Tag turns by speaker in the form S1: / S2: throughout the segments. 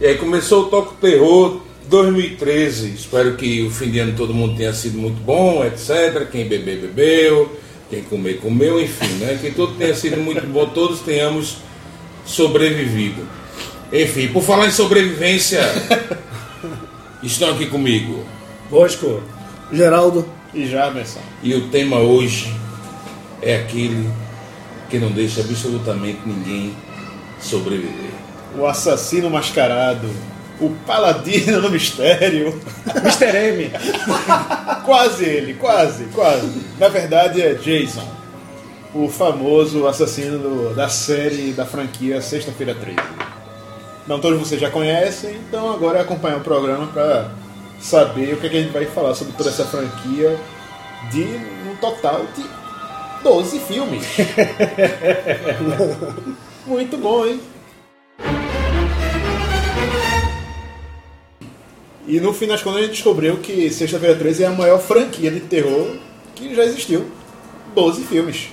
S1: E aí começou o Toco Terror 2013. Espero que o fim de ano todo mundo tenha sido muito bom, etc. Quem beber, bebeu. Quem comer, comeu. Enfim, né? Que tudo tenha sido muito bom. Todos tenhamos sobrevivido. Enfim, por falar em sobrevivência, estão aqui comigo.
S2: Bosco
S3: Geraldo.
S4: E Jamerson.
S1: E o tema hoje é aquele que não deixa absolutamente ninguém sobreviver.
S4: O assassino mascarado. O paladino do mistério.
S2: Mr. M.
S4: quase ele, quase, quase. Na verdade é Jason. O famoso assassino do- da série da franquia Sexta-feira 13. Não todos vocês já conhecem, então agora é acompanhar o programa para saber o que, é que a gente vai falar sobre toda essa franquia de um total de 12 filmes. Muito bom, hein? E no fim das contas a gente descobriu que Sexta-feira 13 é a maior franquia de terror que já existiu. 12 filmes.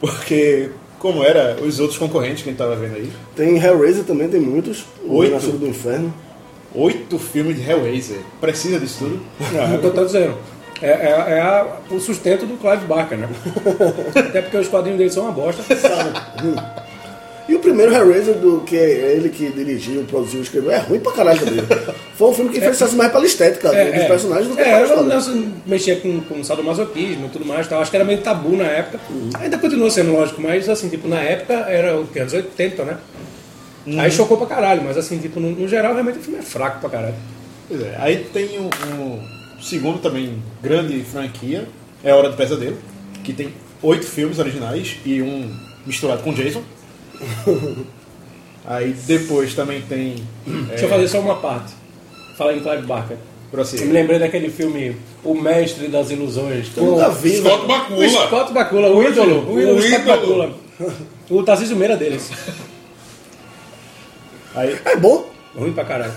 S4: Porque, como era os outros concorrentes que a gente tava vendo aí,
S3: Tem Hellraiser também, tem muitos. O
S4: Oito.
S3: Renascido do Inferno.
S4: oito filmes de Hellraiser. Precisa disso tudo?
S2: Não, é o que eu tô dizendo. É, é, é a- o sustento do Clive Barker, né? Até porque os quadrinhos dele são uma bosta.
S3: E o primeiro Hellraiser, do, que é ele que dirigiu, produziu, escreveu, é ruim pra caralho também. Foi um filme que fez sucesso mais pela estética
S2: É,
S3: dos
S2: é.
S3: personagens do que
S2: É,
S3: pela
S2: era um
S3: história.
S2: negócio- mexia com, com sadomasoquismo e tudo mais. Tal. Acho que era meio tabu na época.
S3: Uhum.
S2: Ainda continua sendo, lógico, mas assim, tipo, na época era o que? Anos 80, né? Aí chocou pra caralho, mas assim, tipo, no, no geral, realmente o filme é fraco pra caralho.
S4: Pois é. Aí tem um, um segundo também grande franquia, é Hora do Pesadelo, que tem oito filmes originais e um misturado com Jason. Aí depois também tem.
S2: Deixa eu fazer só uma parte. Falar em Clive Barker. Eu me
S4: Prosseguir.
S2: lembrei daquele filme O Mestre das Ilusões.
S3: Eu nunca vi,
S1: Scott
S3: né? velho.
S2: O
S1: Bakula.
S2: Scott Bakula, o ídolo. O ídolo
S1: O
S2: do Scott
S1: ídolo.
S2: Bakula. O Tarcísio Meira deles.
S4: Aí,
S3: É bom.
S2: Ruim pra caralho.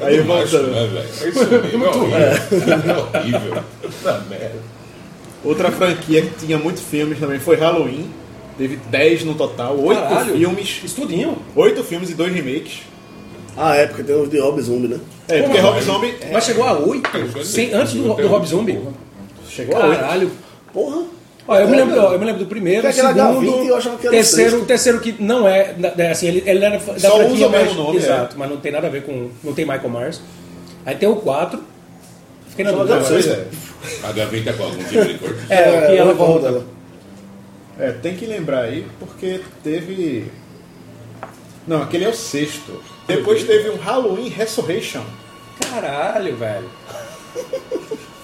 S4: aí
S1: Macho,
S4: volta.
S1: né, velho? É isso mesmo, é horrível. É horrível. Puta merda.
S4: Outra franquia que tinha muitos filmes também foi Halloween. Teve 10 no total, oito
S2: Caralho.
S4: filmes.
S2: Estudinho.
S4: oito filmes e dois remakes.
S3: Ah, é, porque tem os de Rob Zombie, né?
S4: É, porque Rob Zombie é,
S2: Mas chegou a 8 sem, antes do, do Rob Zombie.
S4: chegou a oito.
S2: Caralho.
S3: Porra.
S2: Ó, eu, me lembro, ó, eu me lembro do primeiro, do
S3: Porque aquele
S2: segundo,
S3: H20 eu achava que era o
S2: terceiro,
S3: sexto.
S2: o terceiro que não é, da- da- assim, ele, ele era da
S4: Só
S2: franquia,
S4: usa o
S2: mas-
S4: mesmo nome,
S2: exato, mas não tem nada a ver com, não tem Michael Myers. Aí tem o 4, fiquei na
S3: Só
S2: dúvida.
S3: dá
S2: agora.
S4: Pois é.
S1: H20 é com algum tipo de cor.
S2: É, o que ela
S3: eu vou
S2: volta.
S3: dela.
S4: É, tem que lembrar aí, porque teve. Não, aquele é o sexto. Depois teve um Halloween Resurrection.
S2: Caralho, velho.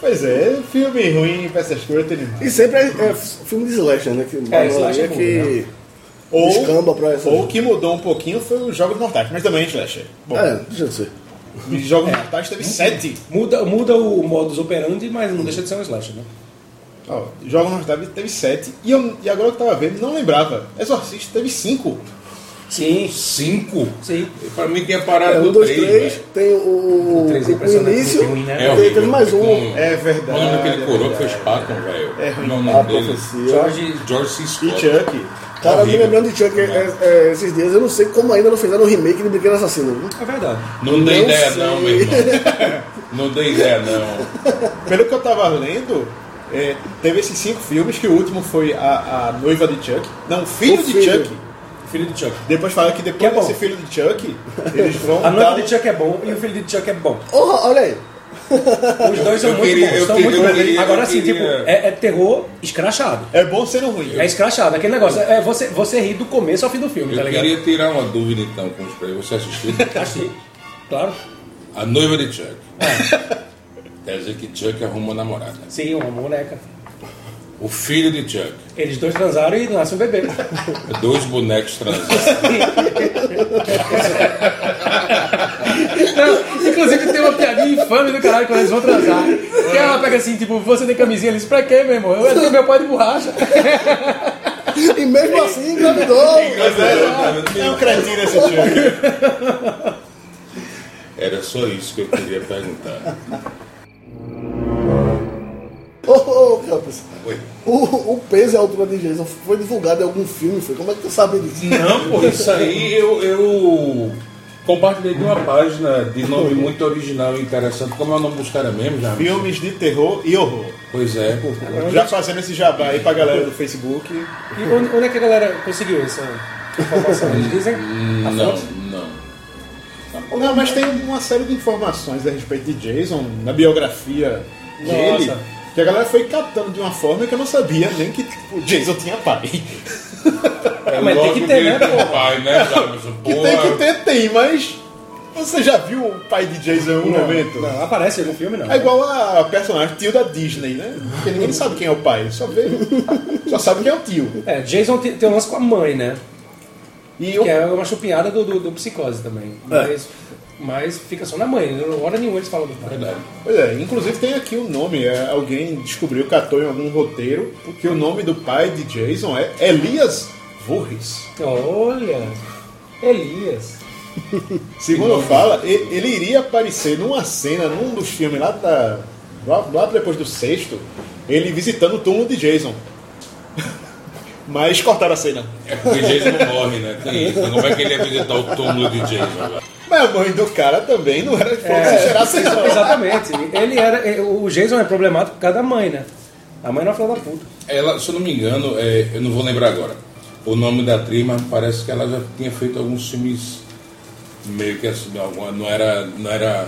S4: Pois é, filme ruim pra essas coisas tem
S3: E sempre é, é filme de slasher, né? Que
S2: É, slasher
S3: é que
S4: ou,
S3: escamba pra essa.
S4: ou o que mudou um pouquinho foi os Jogos Mortais, mas também é Slasher. Bom,
S2: né?
S3: É, deixa eu dizer.
S4: os Jogos Mortais teve sete.
S2: Muda, muda o modus operandi, mas não deixa de ser um slasher, né?
S4: Ó, Jogos Mortais teve sete. E, eu- e agora que eu tava vendo, não lembrava. Exorcista teve cinco.
S2: Sim,
S1: Cinco?
S2: sim.
S1: Pra mim tinha parado
S3: É, um,
S1: do
S3: dois,
S1: três,
S3: três,
S1: velho.
S3: tem o, o,
S2: três é
S3: o
S2: impressionante,
S3: início,
S2: tem um, né?
S1: É
S3: tem,
S1: horrível.
S3: tem mais um.
S1: Com-
S4: É
S1: O nome daquele
S4: verdade.
S1: coroa que foi Spartan, velho.
S4: É
S1: Como
S4: ruim.
S1: É o
S3: A
S1: nome dele.
S3: profecia.
S2: Jorge...
S1: George C.
S4: E
S1: Scott.
S4: Chuck.
S3: Cara, eu me
S1: horrível.
S3: lembrando de Chuck é, é, é, esses dias, eu não sei como ainda não fizeram o remake de Brinquedo Assassino. viu?
S2: É verdade.
S1: Não dei
S3: Não
S1: ideia
S3: sei. Tá
S1: não, meu irmão. Não dei ideia não.
S4: Pelo que eu tava lendo, é, teve esses cinco filmes, que o último foi a, a noiva de Chuck. Não, o filho
S3: O
S4: de
S3: filho.
S4: Chuck.
S2: Filho de Chuck.
S4: Depois fala que
S2: Que é
S4: depois
S2: bom.
S4: desse filho de Chuck, eles vão
S2: A noiva
S4: dar um-
S2: de Chuck é bom e o filho de Chuck é bom.
S3: Porra, olha aí.
S2: Os dois são
S1: Eu
S2: muito
S1: queria-
S2: bons.
S1: eu
S2: São
S1: queria-
S2: muito
S1: eu
S2: bons.
S1: queria-
S2: Agora
S1: eu
S2: sim,
S1: queria-
S2: tipo, é, é terror escrachado.
S4: É bom sendo ruim.
S2: É escrachado. Aquele negócio, é você, você ri do começo ao fim do filme, tá
S1: Eu
S2: ligado?
S1: queria tirar uma dúvida então com os três. Você assistiu
S2: Achei. Claro.
S1: A Noiva de Chuck.
S3: É.
S1: Quer dizer que Chuck arruma uma namorada.
S2: Sim, uma boneca.
S1: O filho de Chuck.
S2: Eles dois transaram e nasce um bebê.
S1: É Dois bonecos transando.
S2: Não, inclusive tem uma piadinha infame do caralho quando eles vão transar. Que ela pega assim, tipo, você tem camisinha? Eles, pra quê, meu irmão? Eu tenho meu pai de borracha.
S3: E mesmo assim, engravidou.
S4: Mas é, é um cretino esse Chuck.
S1: Era só isso que eu queria perguntar.
S3: Ô, ô, Campos.
S1: Oi.
S3: O, o peso e a altura de Jason foi divulgado em algum filme, foi? Como é que tu sabe disso?
S1: Não, pô, isso aí eu, eu compartilhei de uma página de nome muito original e interessante. Como é o nome dos caras mesmo, já?
S4: Filmes de terror e horror.
S1: Pois é, pô.
S4: Já fazendo esse jabá aí pra galera do Facebook.
S2: E onde, onde é que a galera conseguiu essa informação? Eles dizem? A
S1: Não,
S2: fonte?
S1: não.
S4: Não, mas tem uma série de informações a respeito de Jason, na biografia dele,
S2: Nossa.
S4: que a galera foi captando de uma forma que eu não sabia nem que o Jason tinha pai. que
S1: É
S2: mas tem
S1: lógico
S2: que ter,
S1: ele
S2: né,
S1: tem
S2: porra?
S1: pai, né, Jarvis? Porra.
S4: tem que ter, tem, mas você já viu o pai de Jason em algum momento?
S2: Não, aparece no filme, não.
S4: É igual a personagem tio da Disney, né? Porque ninguém sabe quem é o pai, só vê. Só sabe quem é o tio.
S2: É, Jason tem, tem um lance com a mãe, né?
S4: E o
S2: Que é uma chupinhada do, do, do psicose também.
S4: É.
S2: Mas, mas fica só na mãe, né? hora nenhuma eles falam do pai.
S1: Verdade.
S4: Pois é, inclusive tem aqui o nome, é, alguém descobriu, catou em algum roteiro, porque o nome do pai de Jason é Elias Voorhees.
S2: Olha, Elias.
S4: Segundo fala, e- ele iria aparecer numa cena, num dos filmes lá da. Lá, lá depois do sexto, ele visitando o túmulo de Jason. Mas cortaram a cena.
S1: É porque Jason não morre, né? Tem isso. Como é que ele ia visitar o túmulo de Jason agora?
S4: Mas a mãe do cara também não era de
S2: É.
S4: gerar a cena. não.
S2: Exatamente. Ele era, eh, o Jason é problemático por causa da mãe, né? A mãe não é filha da puta.
S1: Ela, se eu não me engano, é, eu não vou lembrar agora o nome da atriz, mas parece que ela já tinha feito alguns filmes meio que assim, alguma, não era, não era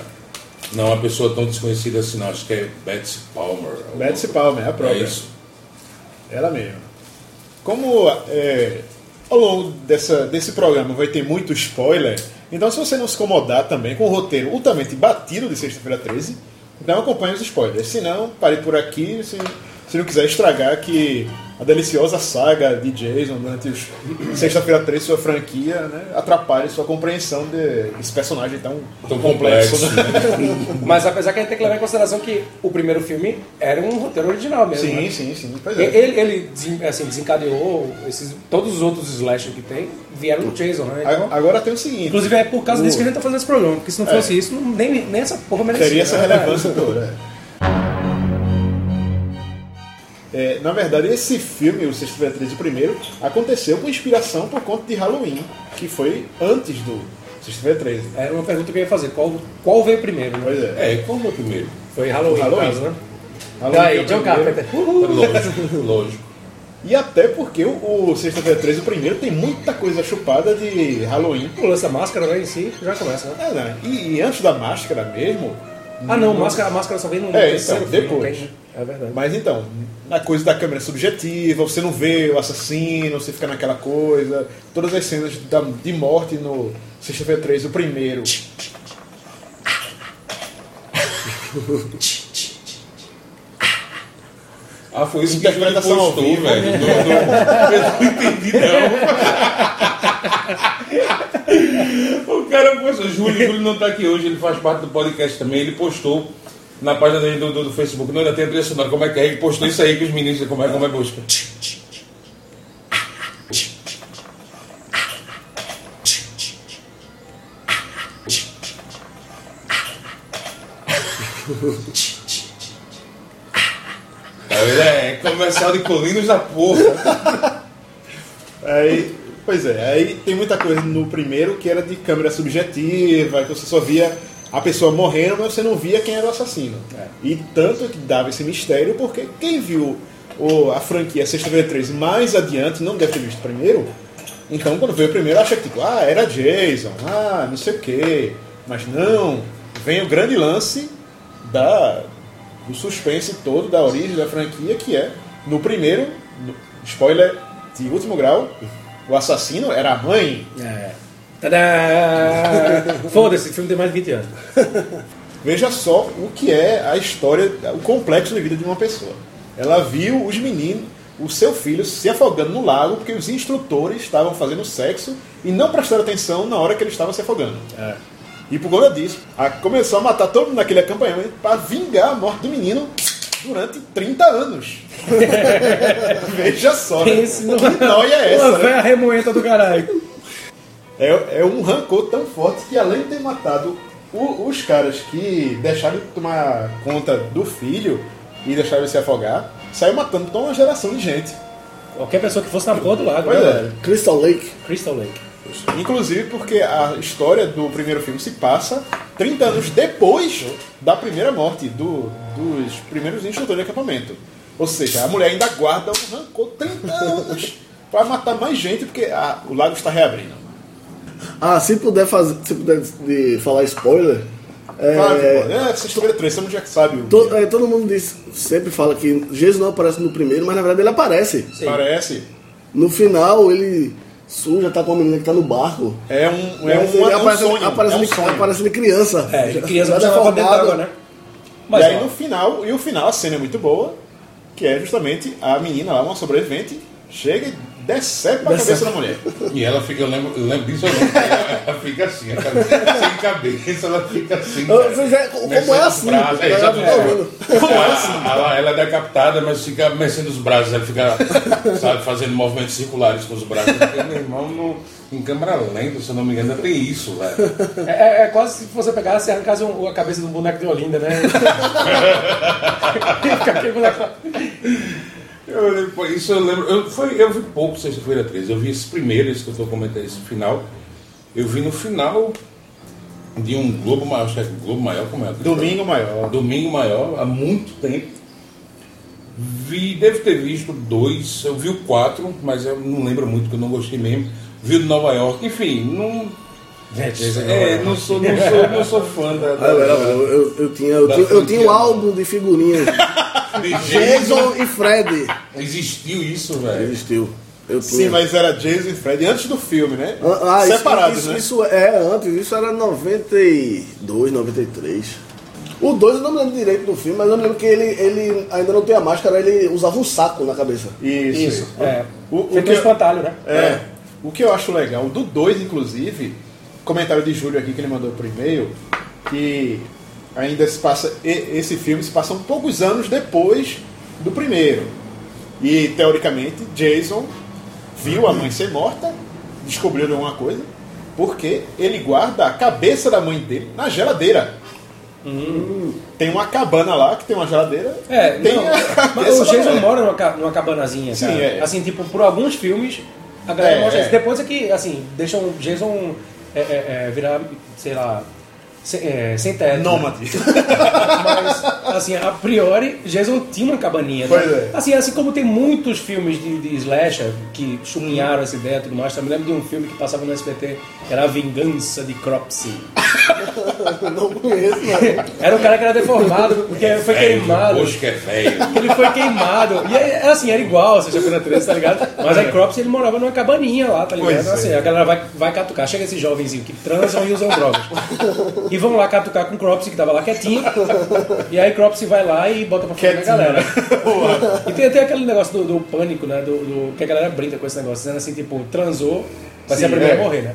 S1: não é uma pessoa tão desconhecida assim, não. Acho que é Betsy Palmer.
S4: Betsy Palmer, é a
S1: Palmer.
S4: própria.
S1: É isso.
S4: Ela mesma. Como é, ao longo dessa, desse programa vai ter muito spoiler, então se você não se incomodar também com o roteiro ultimamente batido de Sexta-feira 13, então acompanhe os spoilers. Se não, pare por aqui. Se, se não quiser estragar que a deliciosa saga de Jason durante os Sexta-feira 13, sua franquia, né, atrapalhe sua compreensão de- desse personagem tão,
S1: Tão complexo.
S4: né?
S1: né?
S2: Mas apesar que a gente tem que levar em consideração que o primeiro filme era um roteiro original mesmo. né?
S4: Sim, sim, sim. Pois
S2: E-
S4: é.
S2: Ele, ele desen- assim, desencadeou esses, todos os outros slasher que tem, vieram do Jason, né? Então,
S4: A- Agora tem o seguinte.
S2: inclusive é por causa disso que a gente tá fazendo esse programa, porque se não fosse isso, não- nem, nem essa porra merecia.
S4: É. Teria essa
S2: né?
S4: relevância toda. É, na verdade, esse filme, o Sexta-feira 13, o primeiro, aconteceu com inspiração por conta de Halloween, que foi antes do Sexta-feira 13.
S2: É, Era uma pergunta que eu ia fazer, qual, qual veio primeiro? né?
S4: Pois é.
S1: É, qual foi o primeiro?
S2: Foi Halloween,
S4: Halloween.
S2: no caso, né?
S4: Halloween
S2: Daí,
S4: foi o
S2: John
S4: primeiro.
S2: Carpenter. Uhul.
S1: É Lógico, lógico.
S4: E até porque o, o Sexta-feira 13, o primeiro, tem muita coisa chupada de Halloween.
S2: O lance da máscara, né, em si, já começa, né?
S4: É, né? E, e antes da máscara mesmo.
S2: Ah não, máscara, a máscara só vem no no
S4: Uhum. É,
S2: terceiro
S4: então,
S2: filme,
S4: depois.
S2: não tem, né? É verdade.
S4: Mas então, na coisa da câmera é subjetiva, você não vê o assassino, você fica naquela coisa. Todas as cenas da- de morte no Sexta-feira 3, o primeiro.
S1: Ah, foi isso que a gente
S4: Interpretação ao
S1: postou,
S4: vivo. é?
S1: velho. Não, não, eu não entendi, não. o cara postou, Júlio, Júlio não tá aqui hoje, ele faz parte do podcast também, ele postou na página dele do, do, do Facebook, não ainda tem a trilha sonora, como é que é? Ele postou isso aí que os meninos, como é, como é busca? Tá vendo? É comercial de colinos da porra.
S4: Aí, pois é, aí tem muita coisa no primeiro que era de câmera subjetiva, que você só via a pessoa morrendo, mas você não via quem era o assassino. E tanto que dava esse mistério, porque quem viu o, a franquia Sexta-feira 13 mais adiante não deve ter visto o primeiro. Então, quando veio o primeiro, acha que tipo, ah, era Jason, ah, não sei o quê. Mas não, vem o grande lance da, do suspense todo, da origem da franquia, que é, no primeiro, no- spoiler de último grau, o assassino era a mãe.
S2: É. Tadá! Foda-se, esse filme tem mais de 20 anos.
S4: Veja só o que é a história, o complexo de vida de uma pessoa. Ela viu os meninos, o seu filho, se afogando no lago porque os instrutores estavam fazendo sexo e não prestaram atenção na hora que ele estava se afogando. E por conta disso, a- começou a matar todo mundo naquele acompanhamento para vingar a morte do menino durante 30 anos. Veja só, né?
S2: Pense numa-
S4: que nóia é essa?
S2: Uma
S4: né?
S2: velha remoenta do caralho.
S4: É, é um rancor tão forte que além de ter matado o- os caras que deixaram de tomar conta do filho e deixaram ele se afogar, saiu matando toda uma geração de gente.
S2: Qualquer pessoa que fosse na porra do lago,
S4: Pois
S2: né,
S4: é.
S2: velho?
S1: Hum.
S3: Crystal Lake.
S2: Crystal Lake.
S4: Inclusive porque a história do primeiro filme se passa 30 anos depois da primeira morte do- dos primeiros instrutores de acampamento. Ou seja, a mulher ainda guarda um rancor 30 anos para matar mais gente porque a- o lago está reabrindo.
S3: Ah, se puder fazer. Se puder de falar spoiler. É,
S4: Claro, pô, é, essa história é três, você não já sabe o
S3: to-
S4: que
S3: é, todo mundo diz, sempre fala que Jesus não aparece no primeiro, mas na verdade ele aparece.
S4: parece.
S3: No final ele suja, tá com uma menina que tá no barco.
S4: É um, é um,
S3: Mas ele
S4: é um
S3: aparece,
S4: sonho.
S3: aparece,
S4: é um
S3: ele-
S4: sonho.
S3: aparece ele criança.
S2: É, ele criança
S3: Já tá
S2: puxava pra dentro
S3: deformado.
S2: d'água, né?
S4: e
S2: Mas,
S4: aí
S2: ó,
S4: no final, e o final, a cena é muito boa, que é justamente a menina lá, uma sobrevivente, chega e decepa a cabeça da mulher.
S1: E ela fica, eu lembro, eu lembro disso, eu lembro, ela, ela fica assim, a cabeça, sem cabeça, ela fica assim.
S3: Eu-
S1: cara.
S3: vocês é- como
S1: Mexendo
S3: é
S1: os
S3: assim?
S1: braços, é,
S3: Eu já tô
S1: exatamente.
S3: falando.
S1: Como é assim? Ela, ela é decapitada, mas fica mexendo os braços, ela fica, sabe, fazendo movimentos circulares com os braços. Porque, meu irmão, no- em câmera lenta, se eu não me engano, ainda tem isso, velho.
S2: é, é- é quase se você pegasse e arrancasse um- a cabeça de um boneco de Olinda, né? Fica aquele boneco-
S1: Eu olhei, pô, isso eu lembro. Eu, foi, eu vi pouco sexta-feira 13. Eu vi esse primeiro, esse que eu estou comentando, esse final. Eu vi no final de um Globo Maior, acho que é Globo Maior, como é?
S4: Domingo maior.
S1: Domingo Maior, há muito tempo. Vi, devo ter visto dois, eu vi o quatro, mas eu não lembro muito, que eu não gostei mesmo. Vi o de Nova York, enfim, não.
S2: Gente,
S1: É, não sou, não sou, não sou fã da.
S3: Ah, velho, eu, eu- eu tinha, eu,
S1: Da
S3: tinha, eu tinha um
S1: franquia.
S3: álbum de figurinhas.
S1: de jeito.
S3: Jason e Fred.
S1: Existiu isso, velho.
S3: Existiu. Eu
S4: Sim,
S3: tinha.
S4: mas era Jason e Fred antes do filme, né?
S3: Ah, ah, isso-
S4: Separados,
S3: isso,
S4: né?
S3: Isso é, antes, isso era 92, 93. O 2 eu não me lembro direito do filme, mas eu me lembro que ele, ele ainda não tem a máscara, ele usava um saco na cabeça.
S4: Isso.
S2: Isso, é.
S4: O- o
S2: Feito
S4: que-
S2: um espantalho, né?
S4: É. O que eu acho legal, do 2, inclusive, comentário de Júlio aqui que ele mandou por e-mail, que ainda se passa, e- esse filme se passa um poucos anos depois do primeiro. E, teoricamente, Jason viu a mãe ser morta, descobriu alguma coisa, porque ele guarda a cabeça da mãe dele na geladeira. Tem uma cabana lá que tem uma geladeira.
S2: É,
S4: e tem
S2: não,
S4: a
S2: mas
S4: cabeça
S2: o
S4: da
S2: Jason
S4: mulher.
S2: mora numa, ca- numa cabanazinha,
S4: Sim,
S2: cara.
S4: é.
S2: Assim, tipo, por alguns filmes, a galera
S4: É,
S2: mostra isso.
S4: é.
S2: Depois é que, assim, deixam o Jason é, é, é, virar, sei lá, sem, é, sem teto. né?
S4: Nômade.
S2: Mas, assim, a priori, Jason tinha uma cabaninha,
S4: Pois
S2: né?
S4: é.
S2: Assim, assim como tem muitos filmes de, de slasher que chupinharam essa ideia e tudo mais. Eu me lembro de um filme que passava no SBT, que era A Vingança de Cropsy.
S3: Eu não conheço, não.
S2: Era um cara que era deformado, porque foi queimado.
S1: O rosto que é velho.
S2: Ele foi queimado. E aí, era assim, era igual, você chegou na 13, tá ligado? Mas aí Crops ele morava numa cabaninha lá, tá ligado?
S4: É. Pois é.
S2: assim, a galera vai, vai catucar. Chega esses jovenzinhos que transam e usam drogas. E vão lá catucar com Crops, que tava lá quietinho. E aí Crops vai lá e bota pra fora da
S4: Quietinho. né?
S2: galera. E tem até aquele negócio do, do pânico, né? Do, do- que a galera brinca com esse negócio, dizendo assim, tipo, transou, vai ser a
S4: Sim,
S2: primeira
S4: é.
S2: a morrer, né?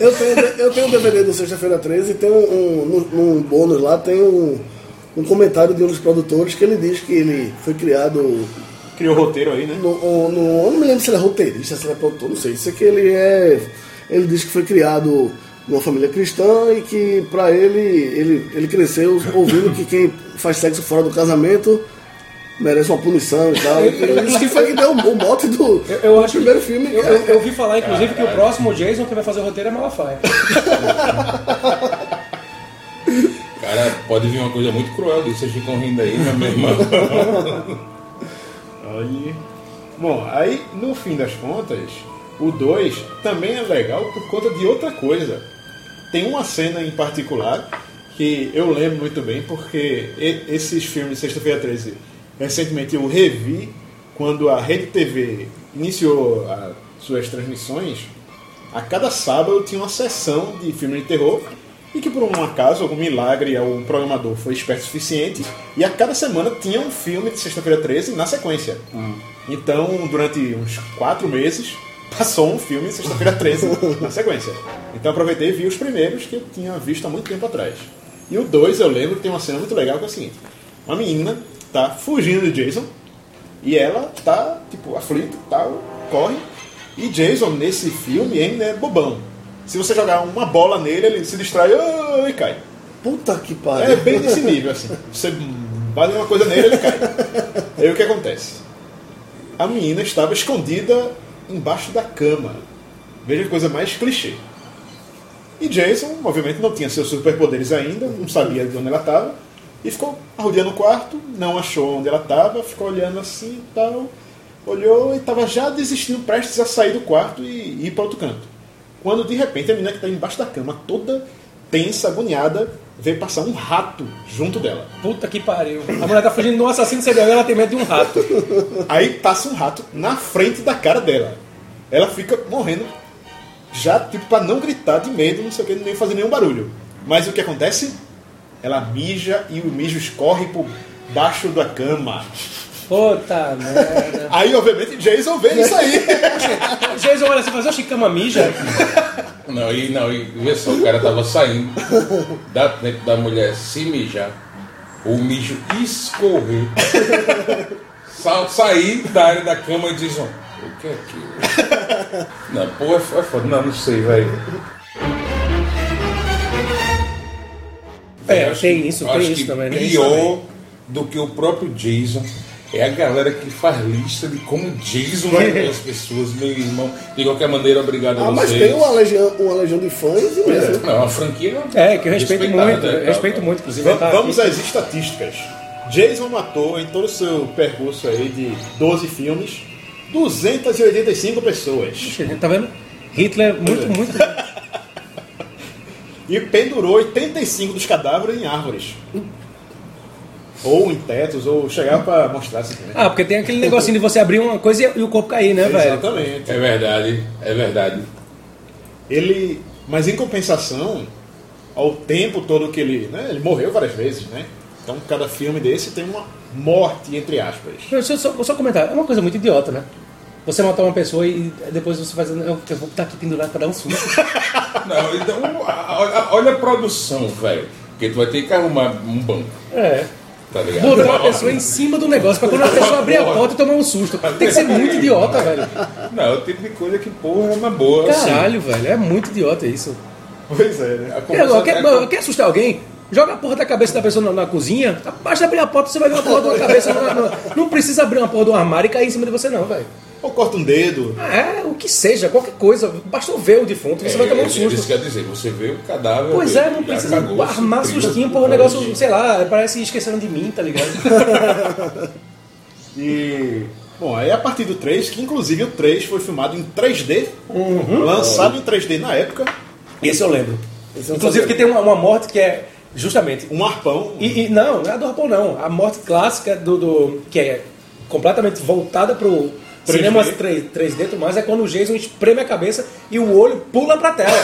S3: Eu tenho, eu tenho um DVD do Sexta-feira 13 e tem um, um, no- num bônus lá, tem um, um comentário de um dos produtores que ele diz que ele foi criado
S4: Criou o roteiro aí, né?
S3: No, no- eu não me lembro se ele é roteirista, se ele é produtor, não sei. Isso é que ele é. Ele diz que foi criado numa família cristã e que pra ele, ele, ele cresceu ouvindo que quem faz sexo fora do casamento merece uma punição e tal. Ele disse que foi que deu o mote do,
S2: Eu, eu
S3: do
S2: acho
S3: primeiro
S2: que,
S3: filme.
S2: Eu, eu, eu ouvi falar, inclusive, que o próximo Jason que vai fazer o roteiro é Malafaia.
S1: Cara, pode vir uma coisa muito cruel disso, vocês ficam rindo aí, né, meu irmão?
S4: Olha. Bom, aí no fim das contas, o 2 também é legal por conta de outra coisa. Tem uma cena em particular que eu lembro muito bem, porque e- esses filmes de Sexta-feira 13, recentemente eu revi quando a Rede TV iniciou a- suas transmissões. A cada sábado eu tinha uma sessão de filme de terror e que por um acaso, algum milagre, algum programador foi esperto o suficiente e a cada semana tinha um filme de Sexta-feira 13 na sequência. Então, durante uns quatro meses, passou um filme de Sexta-feira 13 na sequência. Então aproveitei e vi os primeiros que eu tinha visto há muito tempo atrás. E o dois eu lembro que tem uma cena muito legal que é o seguinte. Uma menina tá fugindo de Jason e ela tá, tipo, aflita e tal, corre. E Jason, nesse filme, ainda é bobão. Se você jogar uma bola nele, ele se distrai "Ah", e cai.
S3: Puta que
S4: É
S3: pariu.
S4: bem nesse nível, assim. Você bate uma coisa nele, ele cai. Aí o que acontece? A menina estava escondida embaixo da cama. Veja que coisa mais clichê. E Jason, obviamente, não tinha seus superpoderes ainda, não sabia de onde ela estava. E ficou arrodeando o quarto, não achou onde ela estava, ficou olhando assim e tal. Olhou e estava já desistindo, prestes a sair do quarto e ir para outro canto. Quando de repente a menina que está embaixo da cama, toda tensa, agoniada, vê passar um rato junto dela.
S2: Puta que pariu. A mulher tá fugindo de um assassino serial e ela tem medo de um rato.
S4: Aí passa um rato na frente da cara dela. Ela fica morrendo, já tipo pra não gritar de medo, não sei o que, nem fazer nenhum barulho. Mas o que acontece? Ela mija e o mijo escorre por baixo da cama.
S2: Puta merda.
S4: Aí, obviamente, Jason vê isso aí.
S2: Jason olha assim e fala, oxe, cama mija?
S1: Não, e não, e vê só, o cara tava saindo, dá tempo da mulher se mijar, o mijo escorrer, sa sair da área da cama e diz, "Ó, o que é aquilo? Não, pô, é fo- é foda, não, não sei, velho.
S2: É,
S1: Eu acho
S2: tem
S1: que-
S2: isso,
S1: eu
S2: tem
S1: acho
S2: isso
S1: que
S2: também, tem isso
S1: Pior
S2: também.
S1: do que o próprio Jason é a galera que faz lista de como Jason matou as pessoas, meu irmão. De qualquer maneira, obrigado a
S3: Ah, mas
S1: vocês.
S3: tem uma legião, uma legião de fãs imensa. né?
S1: Não, é uma franquia.
S2: É, que eu respeito
S1: respeitada,
S2: muito,
S1: né,
S2: eu
S1: cara?
S2: respeito muito, inclusive.
S4: Va-
S2: tá aqui.
S4: Vamos às estatísticas. Jason matou em todo o seu percurso aí de 12 filmes 285 pessoas
S2: Oxe, Tá vendo? Hitler, muito,
S4: é.
S2: muito.
S4: e pendurou 85 dos cadáveres em árvores. Ou em tetos, ou chegava pra mostrar assim também.
S2: Ah, porque tem aquele negocinho de você abrir uma coisa e e o corpo cair, né, velho?
S4: Exatamente.
S1: É verdade, é verdade.
S4: Ele, mas em compensação, ao tempo todo que ele, né, ele morreu várias vezes, né? Então cada filme desse tem uma morte entre aspas.
S2: Deixa eu só, só comentar, é uma coisa muito idiota, né? Você matar uma pessoa e depois você faz. Eu eu vou estar aqui pendurado pra dar um susto.
S1: Não, então, a- olha, olha a produção, velho. Porque tu vai ter que arrumar um banco,
S2: É.
S1: tá ligado?
S2: Botar uma pessoa em cima do negócio pra quando a pessoa abrir a porta e tomar um susto. Tem que ser muito idiota, velho.
S1: Não, é o tipo de coisa que, porra, é uma boa.
S4: Então,
S1: assim.
S2: Caralho, velho, é muito idiota isso.
S4: Pois é, né?
S1: A
S2: Quer,
S1: conversa-
S2: quer-
S1: a-
S2: quer assustar alguém? Joga a porra da cabeça da pessoa na, na cozinha, basta abrir a porta você vai ver uma porra de uma cabeça. na- na- não precisa abrir uma porra do armário e cair em cima de você, não, velho.
S4: Ou corta um dedo.
S2: Ah, É, o que seja, qualquer coisa. Basta ver o defunto, você vai tomar um
S1: É, Isso
S2: susto.
S1: quer dizer, você vê o cadáver.
S2: Pois
S1: vê,
S2: é, não
S1: já
S2: precisa
S1: cagou,
S2: armar
S1: supriu,
S2: sustinho, porra, o
S1: supriu.
S2: negócio, sei lá, parece que esqueceram de mim, tá ligado?
S4: E. Bom, aí a partir do 3, que inclusive o 3 foi filmado em 3D, Uhum. lançado em 3D na época,
S2: Esse eu lembro.
S3: Esse
S1: é um
S3: eu não
S2: Inclusive
S3: sabia.
S2: que tem uma, uma morte que é justamente
S4: um arpão.
S2: E, e- não, não é a do Rapon, não. A morte clássica do, do- que é completamente voltada pro
S4: 3D.
S2: cinema 3, 3D e tudo mais é quando o Jason espreme a cabeça e o olho pula pra tela.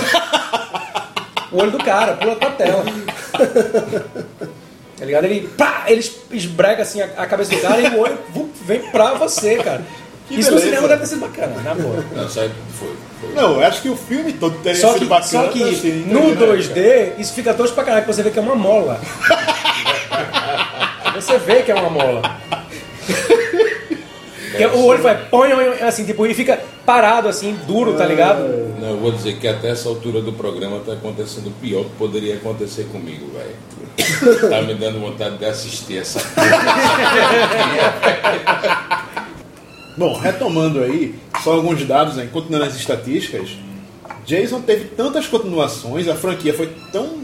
S2: o olho do cara pula pra tela. tá ligado? Ele, pá, ele es- esbrega assim a, a cabeça do cara e o olho vu- vem pra você, cara.
S4: Que
S2: Isso no
S4: beleza.
S2: cinema deve ter sido bacana, na boa.
S1: Não, sabe, foi. foi.
S4: Não, eu acho que o filme todo teria
S2: Só
S4: sido
S2: que,
S4: bacana.
S2: só que
S4: assim, em
S2: no
S4: 3D na época.
S2: 2D, isso fica tosco pra caralho, que você vê que é uma mola. você vê que é uma mola.
S3: É,
S2: Que o olho vai põe, põe, assim, tipo, e fica parado, assim, duro,
S3: É.
S2: tá ligado?
S1: Não, eu vou dizer que até essa altura do programa tá acontecendo o pior que poderia acontecer comigo, velho. tá me dando vontade de assistir essa.
S4: Bom, retomando aí, só alguns dados aí, continuando as estatísticas. Jason teve tantas continuações, a franquia foi tão.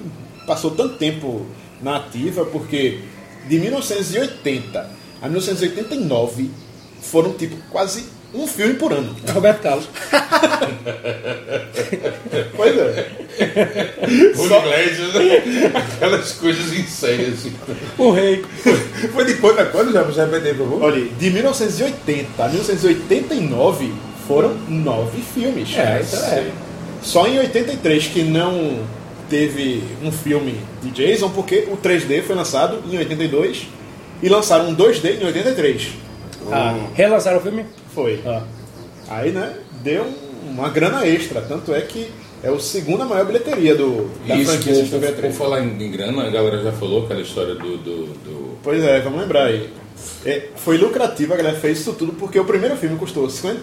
S4: passou tanto tempo na ativa, porque de 1980 a 1989 foram tipo quase um filme por ano.
S2: Roberto Carlos.
S4: Pois é.
S1: Os ingleses, né? aquelas coisas inseias. assim.
S2: O rei.
S3: Hum.
S1: Foi de quando a quando já já perdeu, por favor?
S4: Olha, de 1980 a 1989 foram nove filmes. Né?
S2: É, então é.
S4: Só em 83 que não teve um filme de Jason, porque o 3D foi lançado em 82 e lançaram um 2D em 83.
S2: Ah, relançaram o filme?
S4: Foi.
S2: Ah.
S4: Aí, né, deu uma grana extra, tanto é que é o segunda maior bilheteria do, da
S1: Isso,
S4: franquia Sexta
S1: por, por
S4: V3.
S1: falar em, em grana, a galera já falou aquela história do. do, do-
S4: Pois é, vamos lembrar aí. É, foi lucrativo, a galera fez isso tudo porque o primeiro filme custou 50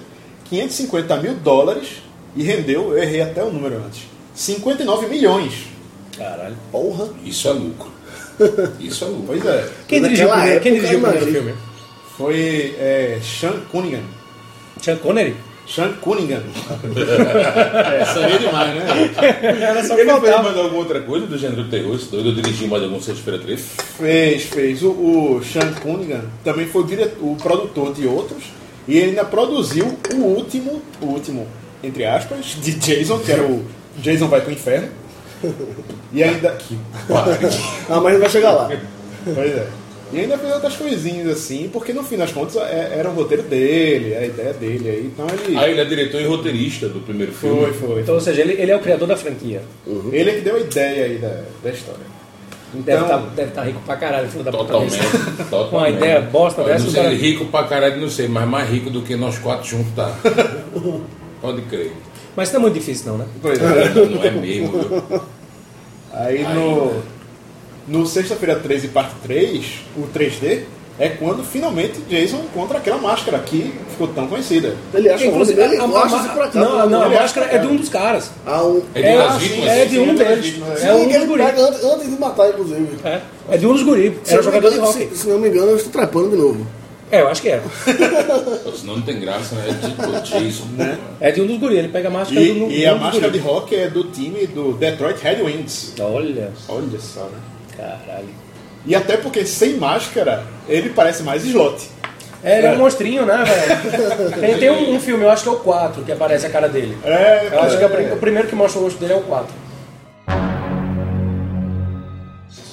S4: 550 mil dólares e rendeu, eu errei até o número antes, 59 milhões.
S2: Caralho.
S3: Porra.
S1: Isso é lucro. Isso é lucro.
S4: Pois é.
S2: Quem dirigiu, o
S3: Naquela
S2: primeiro- quem
S3: época,
S2: dirigiu o primeiro
S3: imagina.
S2: filme?
S4: Foi é, Sean Cunningham.
S2: Sean Connery?
S4: Sean Cunningham.
S1: É,
S5: Seria demais, né?
S2: Era só que
S1: Ele não fez
S2: faltava.
S1: mais alguma outra coisa do gênero terror? Esse doido dirigiu mais algum Sexta-feira 13?
S4: Fez, fez. O, o Sean Cunningham também foi o, diretor, o produtor de outros. E ele ainda produziu o último, o último, entre aspas, de Jason, que era o Jason Vai pro Inferno. E ainda.
S3: Ah, mas não vai chegar lá.
S4: Pois é. E ainda fez outras coisinhas assim, porque no fim das contas é- era o roteiro dele, é a ideia dele aí. Então ele.
S1: Ah, ele é diretor e roteirista do primeiro filme.
S4: foi, foi.
S2: Então, ou seja, ele, ele é o criador da franquia.
S4: Ele é que deu a ideia aí da, da história.
S2: Deve
S4: Então,
S2: estar rico pra caralho, filho da puta.
S1: Totalmente.
S2: desse.
S1: totalmente.
S2: Com uma ideia bosta
S1: Eu
S2: dessa,
S1: Não
S2: o
S1: sei,
S2: cara-
S1: rico pra caralho, não sei, mas mais rico do que nós quatro juntos tá. Pode crer.
S2: Mas isso não é muito difícil, não, né?
S4: pois é.
S1: Não é mesmo. viu?
S4: Aí no, no Sexta-feira 13, parte 3, o 3D, é quando finalmente Jason encontra aquela máscara que ficou tão conhecida.
S3: Ele acha o nome
S2: Inclusive,
S3: um dele,
S2: a- a-
S3: eu acho
S2: a-
S3: esse por acaso.
S2: Não, não, a
S4: Ele acha
S2: máscara
S4: que é.
S2: é de um dos caras.
S3: Há um...
S1: É de
S2: É,
S1: um das vítimas?
S2: é de um
S4: Sim,
S2: deles.
S4: é.
S2: É um
S3: Sim,
S2: dos
S3: ele
S2: guri.
S3: pega antes, antes de matar, inclusive.
S2: É, é de um dos guri.
S3: Se
S2: Era
S3: não me
S2: jogador de
S3: engano,
S2: hockey.
S3: se- se não me engano, eu estou trepando de novo.
S2: É, eu acho que é.
S1: Senão não tem graça, né? Tipo, Jason.
S4: Né?
S2: É de um dos guri. Ele pega a
S4: E,
S2: máscara do,
S4: e a máscara de rock é do time do Detroit Headwinds.
S2: Olha,
S4: Olha só, né?
S2: caralho.
S4: E até porque sem máscara, ele parece mais slot.
S2: É, ele é um monstrinho, né, velho? Tem, tem um, um filme, eu acho que é o 4, que aparece a cara dele.
S4: É,
S2: Eu acho que é o prim- o primeiro que mostra o rosto dele é o 4.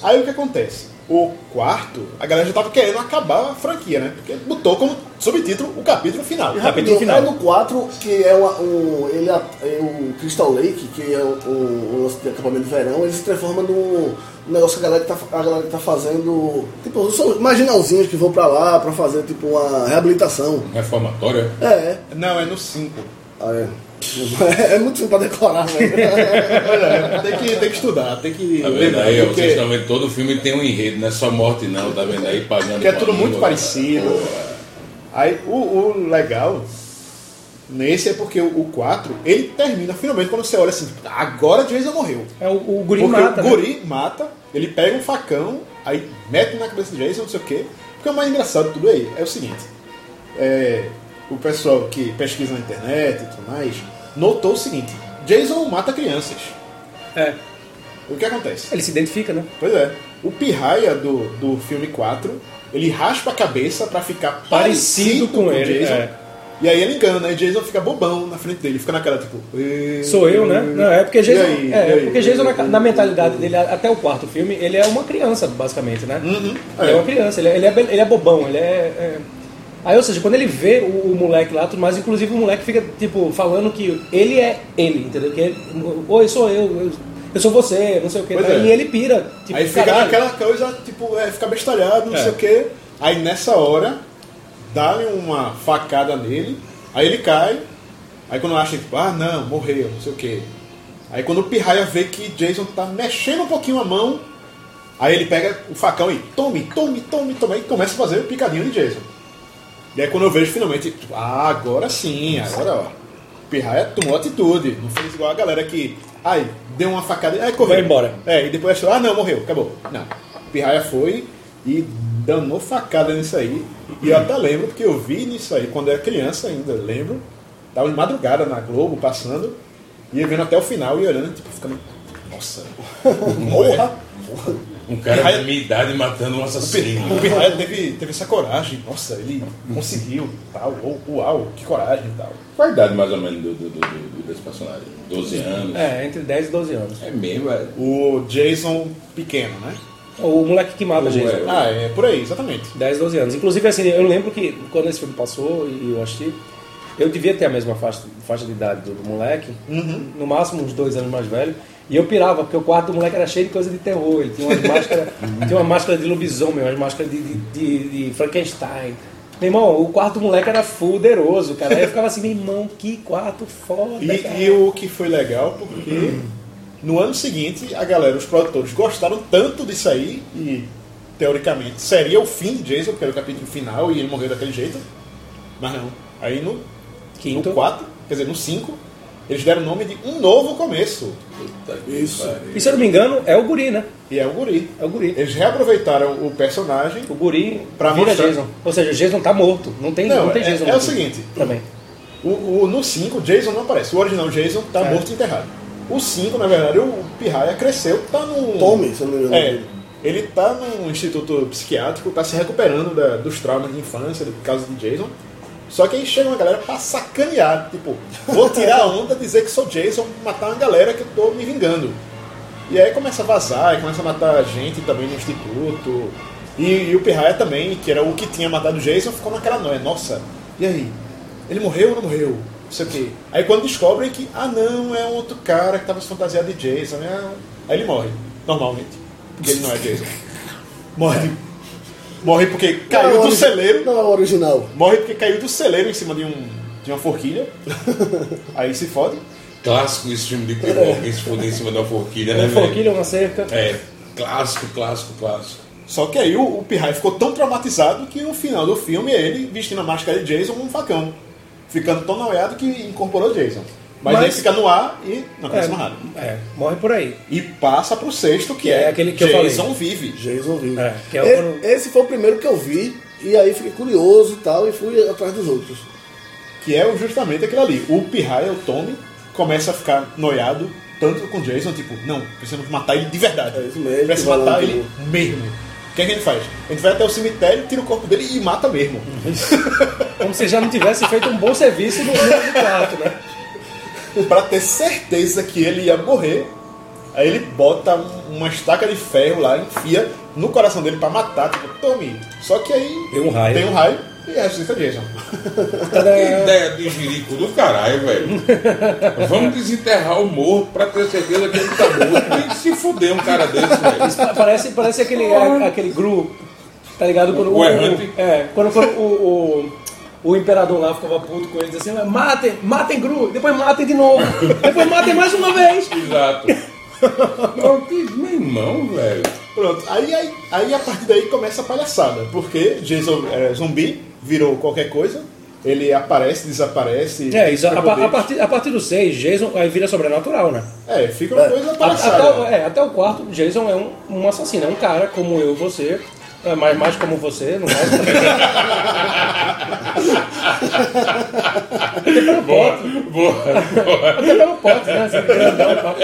S4: Aí o que acontece? O quarto, a galera já tava querendo acabar a franquia, né? Porque botou como subtítulo o capítulo final.
S3: E
S2: Capítulo
S3: rapidinho,
S2: final.
S3: É no 4, que é uma- um. Ele é, é o Crystal Lake, que é um- um lance de acampamento de verão, ele se transforma num negócio que a galera que tá, a galera que tá fazendo. Tipo, são marginalzinhos que vão pra lá pra fazer tipo uma reabilitação.
S1: Reformatória.
S3: É, é.
S4: Não, é no 5.
S3: Ah, é. É muito simples pra decorar, velho.
S4: É, tem, que, tem que estudar, tem que. né?
S1: Tá vendo aí? ó,
S4: É porque-
S1: Vocês estão vendo, todo filme tem um enredo, não é só morte não, tá vendo aí? Pagando
S4: Porque é
S1: com a
S4: tudo muito
S1: língua.
S4: parecido. Aí o, o legal nesse é porque o 4, ele termina finalmente quando você olha assim, "Tá, agora Jason morreu.
S2: É o, o guri
S4: Porque
S2: mata,
S4: o
S2: né?
S4: guri mata, ele pega um facão, aí mete na cabeça de Jason, não sei o quê. Porque o mais engraçado de tudo aí é o seguinte. é, o pessoal que pesquisa na internet e tudo mais, notou o seguinte, Jason mata crianças.
S2: É.
S4: O que acontece?
S2: Ele se identifica, né?
S4: Pois é. O Pirraia do, do filme 4, ele raspa a cabeça pra ficar parecido,
S2: Parecido com ele,
S4: Jason.
S2: é.
S4: E aí ele engana, aí Jason fica bobão na frente dele, fica naquela tipo. "Ê,
S2: Sou eu, né? Não, é porque Jason,
S4: E aí?
S2: é,
S4: E aí?
S2: porque Jason na, na mentalidade dele, até o quarto filme, ele é uma criança, basicamente, né?
S4: Uhum.
S2: Ele é uma criança, ele é, ele é, be- ele é bobão, ele é, é- Aí, ou seja, quando ele vê o, o moleque lá, tudo mais, inclusive o moleque fica, tipo, falando que ele é ele, entendeu? Que ele, Oi, sou eu, eu, eu sou você, não sei o quê.
S4: Pois
S2: né?
S4: é.
S2: E ele pira, tipo,
S4: aí fica
S2: caralho.
S4: naquela coisa, tipo, é, fica bestalhado, não
S2: É.
S4: sei o quê. Aí nessa hora, dá-lhe uma facada nele, aí ele cai. Aí quando acha, tipo, ah não, morreu, não sei o quê. Aí quando o Pirraia vê que Jason tá mexendo um pouquinho a mão, aí ele pega o facão e tome, tome, tome, tome, e começa a fazer o picadinho de Jason. E aí quando eu vejo finalmente, tipo, ah, agora sim, agora ó. o Pirraia é, tomou atitude, não fez igual a galera que, ai, deu uma facada e aí correu.
S2: Vai embora.
S4: É, e depois achou, ah não, morreu, acabou. Não. O Pirraia foi e danou facada nisso aí. E eu até lembro, porque eu vi nisso aí quando eu era criança ainda, eu lembro. Tava de madrugada na Globo passando, e eu vendo até o final e olhando, tipo, ficando. Nossa, porra!
S1: Um cara
S4: Pirraia-
S1: da minha idade matando um assassino.
S4: O Pirraia teve, teve essa coragem, nossa, ele conseguiu, tal, ou- uau, que coragem e tal.
S1: Qual a idade mais ou menos do, do, do, do- desse personagem? 12 anos?
S2: É, entre 10 e 12 anos.
S1: É mesmo, é.
S4: O Jason pequeno, né?
S2: O moleque que mata Jason.
S1: é.
S4: Ah, é por aí, exatamente.
S2: 10, 12 anos. Inclusive, assim, eu lembro que quando esse filme passou e eu assisti, eu devia ter a mesma faixa, faixa de idade do, do moleque,
S4: Uhum.
S2: no máximo uns dois anos mais velho. E eu pirava, porque o quarto do moleque era cheio de coisa de terror. Ele tinha, umas máscara,
S4: Uhum.
S2: tinha uma máscara de lobisomem, umas máscaras de, de, de- de Frankenstein. Meu irmão, o quarto do moleque era fuderoso, cara. Aí eu ficava assim, meu irmão, que quarto foda, cara.
S4: E, e o que foi legal, porque no ano seguinte, a galera, os produtores, gostaram tanto disso aí, e teoricamente seria o fim de Jason, que era o capítulo final, e ele morreu daquele jeito, mas não. Aí no
S2: Quinto.
S4: No 4, quer dizer, no 5, Eles deram o nome de Um Novo Começo.
S3: Isso.
S2: E se eu não me engano, é o guri, né?
S4: E é o Guri.
S2: É o guri.
S4: Eles reaproveitaram o personagem.
S2: O guri
S4: Pra
S2: vira
S4: mostrar-
S2: Jason. Ou seja, o Jason tá morto. Não tem, não,
S4: Não,
S2: tem
S4: é,
S2: Jason
S4: é o
S2: morto.
S4: seguinte:
S2: Também.
S4: o, o- no 5, Jason não aparece. O original Jason tá
S2: É.
S4: morto e enterrado. O 5, na verdade, o Pirraia cresceu, tá no.
S3: Tommy, se eu não me engano.
S4: É. Ele tá num instituto psiquiátrico, tá se recuperando da- dos traumas de infância, do caso de Jason. Só que aí chega uma galera pra sacanear, tipo, vou tirar a onda, dizer que sou Jason, matar uma galera que eu tô me vingando. E aí começa a vazar, e começa a matar gente também no instituto. E, e o Pirraia também, que era o que tinha matado o Jason, ficou naquela noia. Nossa, e aí? Ele morreu ou não morreu? Não sei o quê. Aí quando descobrem que, ah não, é um outro cara que tava se fantasiado de Jason, né? Aí ele morre, normalmente. Porque ele não é Jason. Morre. Morre porque
S3: Não é
S4: caiu
S3: o
S4: do
S3: origi-
S4: celeiro.
S3: Não é o original.
S4: Morre porque caiu do celeiro em cima de, um, de uma forquilha. Aí se fode.
S1: Clássico esse filme de terror, que se fuder em cima da forquilha, né,
S2: Uma
S1: velho?
S2: É, forquilha, uma cerca.
S1: É, clássico, clássico, clássico.
S4: Só que aí o, o Pirraia ficou tão traumatizado que no final do filme é ele vestindo a máscara de Jason com um facão. Ficando tão noiado que incorporou Jason. Mas,
S2: Mas-
S4: aí fica no ar e não acontece mais nada.
S2: é, morre por aí.
S4: E passa pro sexto, que
S2: É
S4: é,
S2: aquele que eu falei.
S4: Jason vive.
S3: Jason Vive.
S2: É, que é
S3: E-
S2: quando-
S3: Esse foi o primeiro que eu vi, e aí fiquei curioso e tal, e fui atrás dos outros.
S4: Que é justamente aquilo ali. O Pirraia, o Tommy, começa a ficar noiado tanto com Jason, tipo, não, precisamos matar ele de verdade.
S3: É isso mesmo, vai lá
S4: Precisamos matar
S3: no-
S4: ele mesmo. O que, é que a gente faz? A gente vai até o cemitério, tira o corpo dele e mata mesmo.
S2: Como se já não tivesse feito um bom serviço no, no quarto, né?
S4: Pra ter certeza que ele ia morrer, aí ele bota um- uma estaca de ferro lá, enfia no coração dele pra matar, tipo, tome. Só que aí
S2: Tem um raio.
S4: tem um raio e ressuscita Jason.
S1: Que ideia de jirico do caralho, velho. Vamos desenterrar o morro pra ter certeza que ele tá morto. Tem que se fuder um cara desse, velho.
S2: Pa- Parece, parece aquele, a- aquele grupo, tá ligado? Quando
S1: O errante.
S2: é, quando, quando o, o, o imperador lá ficava puto com ele, dizia assim, matem, matem Gru, depois matem de novo, depois matem mais uma vez.
S1: Exato. Não, que, meu irmão, velho.
S4: Pronto, aí, aí, aí a partir daí começa a palhaçada, porque Jason é zumbi, virou qualquer coisa, ele aparece, desaparece.
S2: É, isso, a, pa- a
S4: superpoderes.
S2: partir, a partir do 6, Jason aí vira sobrenatural, né?
S4: É, fica uma coisa
S2: A- Até, o-
S4: palhaçada.
S2: é, até o quarto, Jason é um, um assassino, é um cara como eu, você, é, mas mais como você, não é? Até pelo pote,
S1: Boa.
S2: até pelo pote, né? Assim, grandão e tal.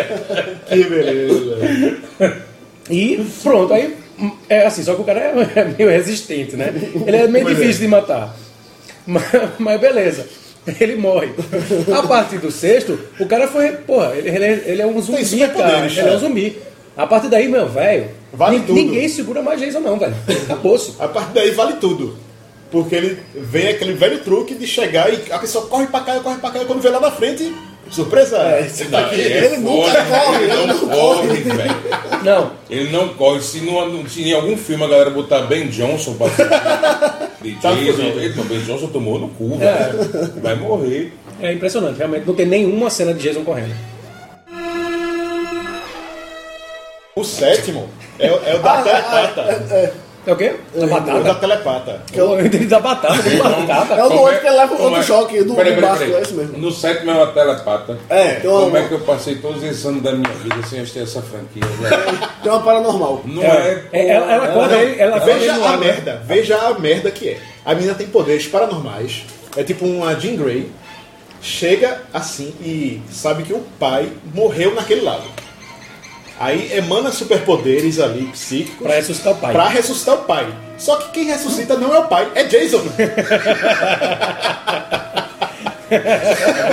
S4: Que beleza.
S2: E pronto, aí é assim, só que o cara é, é meio resistente, né? Ele é meio
S4: Pois é.
S2: difícil de matar. Mas, mas beleza, ele morre. A partir do sexto, o cara foi. Porra, ele, ele é- ele é um zumbi,
S4: superpoderes,
S2: cara. Ele é um
S4: cara.
S2: zumbi. A partir daí, meu velho,
S4: Vale
S2: ni-
S4: tudo.
S2: ninguém segura mais Jason, não, velho. Acabou-se.
S4: A partir daí vale tudo. Porque ele vem aquele velho truque de chegar e a pessoa corre pra cá, corre pra cá, e quando vê lá na frente, surpresa!
S2: É.
S1: Não,
S3: Ele nunca corre,
S1: é ele
S3: ele
S1: não
S3: não
S1: corre, velho.
S2: Não,
S1: Ele não corre. Se, não, se em algum filme a galera botar Ben Johnson pra de
S4: Tá
S1: Jason,
S4: fudido. É.
S1: ele, não, Ben Johnson tomou no cu, velho. Vai morrer.
S2: é impressionante, realmente não tem nenhuma cena de Jason correndo.
S4: O sétimo é, o- é o da telepata.
S2: Ah, É o quê? Da
S4: O da
S2: batata.
S4: telepata.
S2: Eu entendi da batata, da
S3: É o
S2: batata.
S3: do
S1: Como
S3: outro que ele leva
S1: como
S3: outro choque do,
S1: Peraí,
S3: do
S1: peraí,
S3: barco,
S1: peraí.
S3: é isso mesmo.
S1: No sétimo é uma telepata.
S3: É, tem uma-
S1: Como é que eu passei todos esses anos da minha vida sem assistir essa franquia, velho?
S3: Tem uma paranormal.
S1: Não é.
S2: É, é, ela, ela acorda, ele- ela acorda ele
S4: veja
S2: no
S4: a
S2: ar, né?
S4: merda, veja a merda que é. A menina tem poderes paranormais, é tipo uma Jean Grey, chega assim e sabe que o pai morreu naquele lado. Aí emana superpoderes ali, psíquicos.
S2: Pra ressuscitar o pai.
S4: Pra ressuscitar o pai. Só que quem ressuscita não é o pai, é Jason.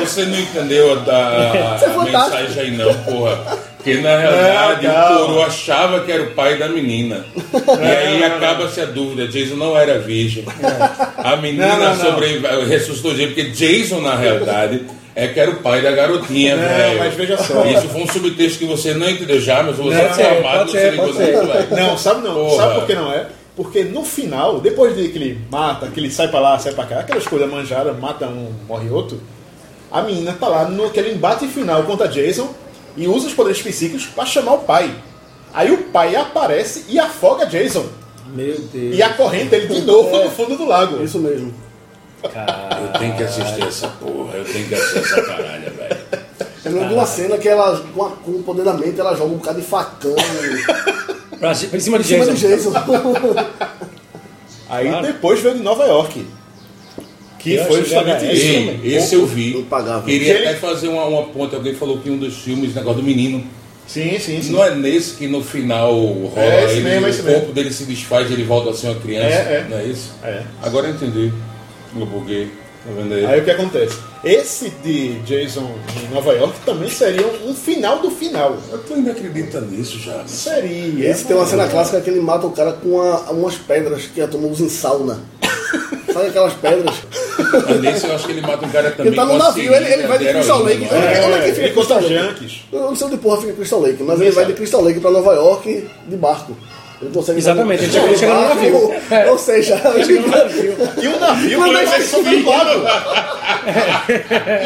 S1: Você não entendeu a, a- a
S3: Isso é fantástico.
S1: mensagem aí, não, porra. Porque na realidade
S4: Não, não.
S1: o coro achava que era o pai da menina. e aí acaba-se a dúvida: Jason não era virgem. A menina
S4: Não, não, não.
S1: sobrevi- ressuscitou Jason, porque Jason, na realidade, é que era o pai da garotinha,
S4: Não,
S2: É,
S1: velho.
S4: É, mas veja só.
S1: Isso foi um subtexto que você não entendeu já, mas você foi
S2: Pode ser,
S1: amado,
S2: pode
S1: você
S2: ser,
S1: ligou
S2: pode ser.
S1: não, velho.
S4: Não, sabe não?
S1: Porra.
S4: Sabe por que não é? Porque no final, depois de que ele mata, que ele sai pra lá, sai pra cá, aquelas coisas manjadas, mata um, morre outro, a menina tá lá no aquele embate final contra Jason e usa os poderes psíquicos pra chamar o pai. Aí o pai aparece e afoga Jason.
S2: Meu Deus.
S4: E acorrenta ele de novo
S2: É.
S4: no fundo do lago.
S3: Isso mesmo.
S1: Eu tenho que assistir essa porra, eu tenho que assistir essa caralha, velho.
S3: Terminou de uma cena que ela, com, a, com o poder da mente, ela joga um bocado de facão
S2: Pra, em cima
S3: em
S2: de
S3: cima
S2: Jason.
S3: do Jason.
S4: Aí
S2: Claro.
S4: depois veio de Nova York. Que
S2: Eu
S4: foi
S2: acho que era
S4: justamente É isso.
S2: esse.
S1: Ei, esse eu vi.
S3: Impagável.
S1: Queria
S4: Ele-
S1: até fazer uma, uma ponta. Alguém falou que um dos filmes, negócio do menino.
S4: Sim, sim, sim.
S1: Não é nesse que no final rola
S4: É esse
S1: ele,
S4: mesmo, é
S1: o
S4: esse
S1: corpo
S4: mesmo.
S1: dele se desfaz e ele volta a ser uma criança.
S4: É, é.
S1: Não é isso?
S4: É.
S1: Agora eu entendi. Eu buguei. Tá vendo aí?
S4: Aí o que acontece? Esse de Jason em Nova York também seria um, um final do final.
S1: Tu ainda acredita nisso já?
S4: Seria.
S3: Esse tem uma cena clássica que ele mata o cara com uma- umas pedras que a turma usa em sauna. Sabe aquelas pedras?
S1: Mas nesse eu acho que ele mata um cara também.
S3: Ele tá no
S1: com a
S3: navio, ele- ele vai de
S1: seringa
S3: Crystal
S1: de
S3: Lake.
S1: heroína, não é?
S4: É,
S3: Onde é que fica
S4: ele conta
S3: Crystal Lake?
S4: Yankees.
S3: Eu não sei onde porra fica Crystal Lake, mas ele vai de Crystal Lake pra Nova York de barco. Ele consegue
S2: Exatamente, ele chega- ele chega no
S3: barco,
S2: navio. É.
S3: Ou seja,
S4: E o navio
S3: Mas
S4: que
S3: não é
S4: passou pelo lago.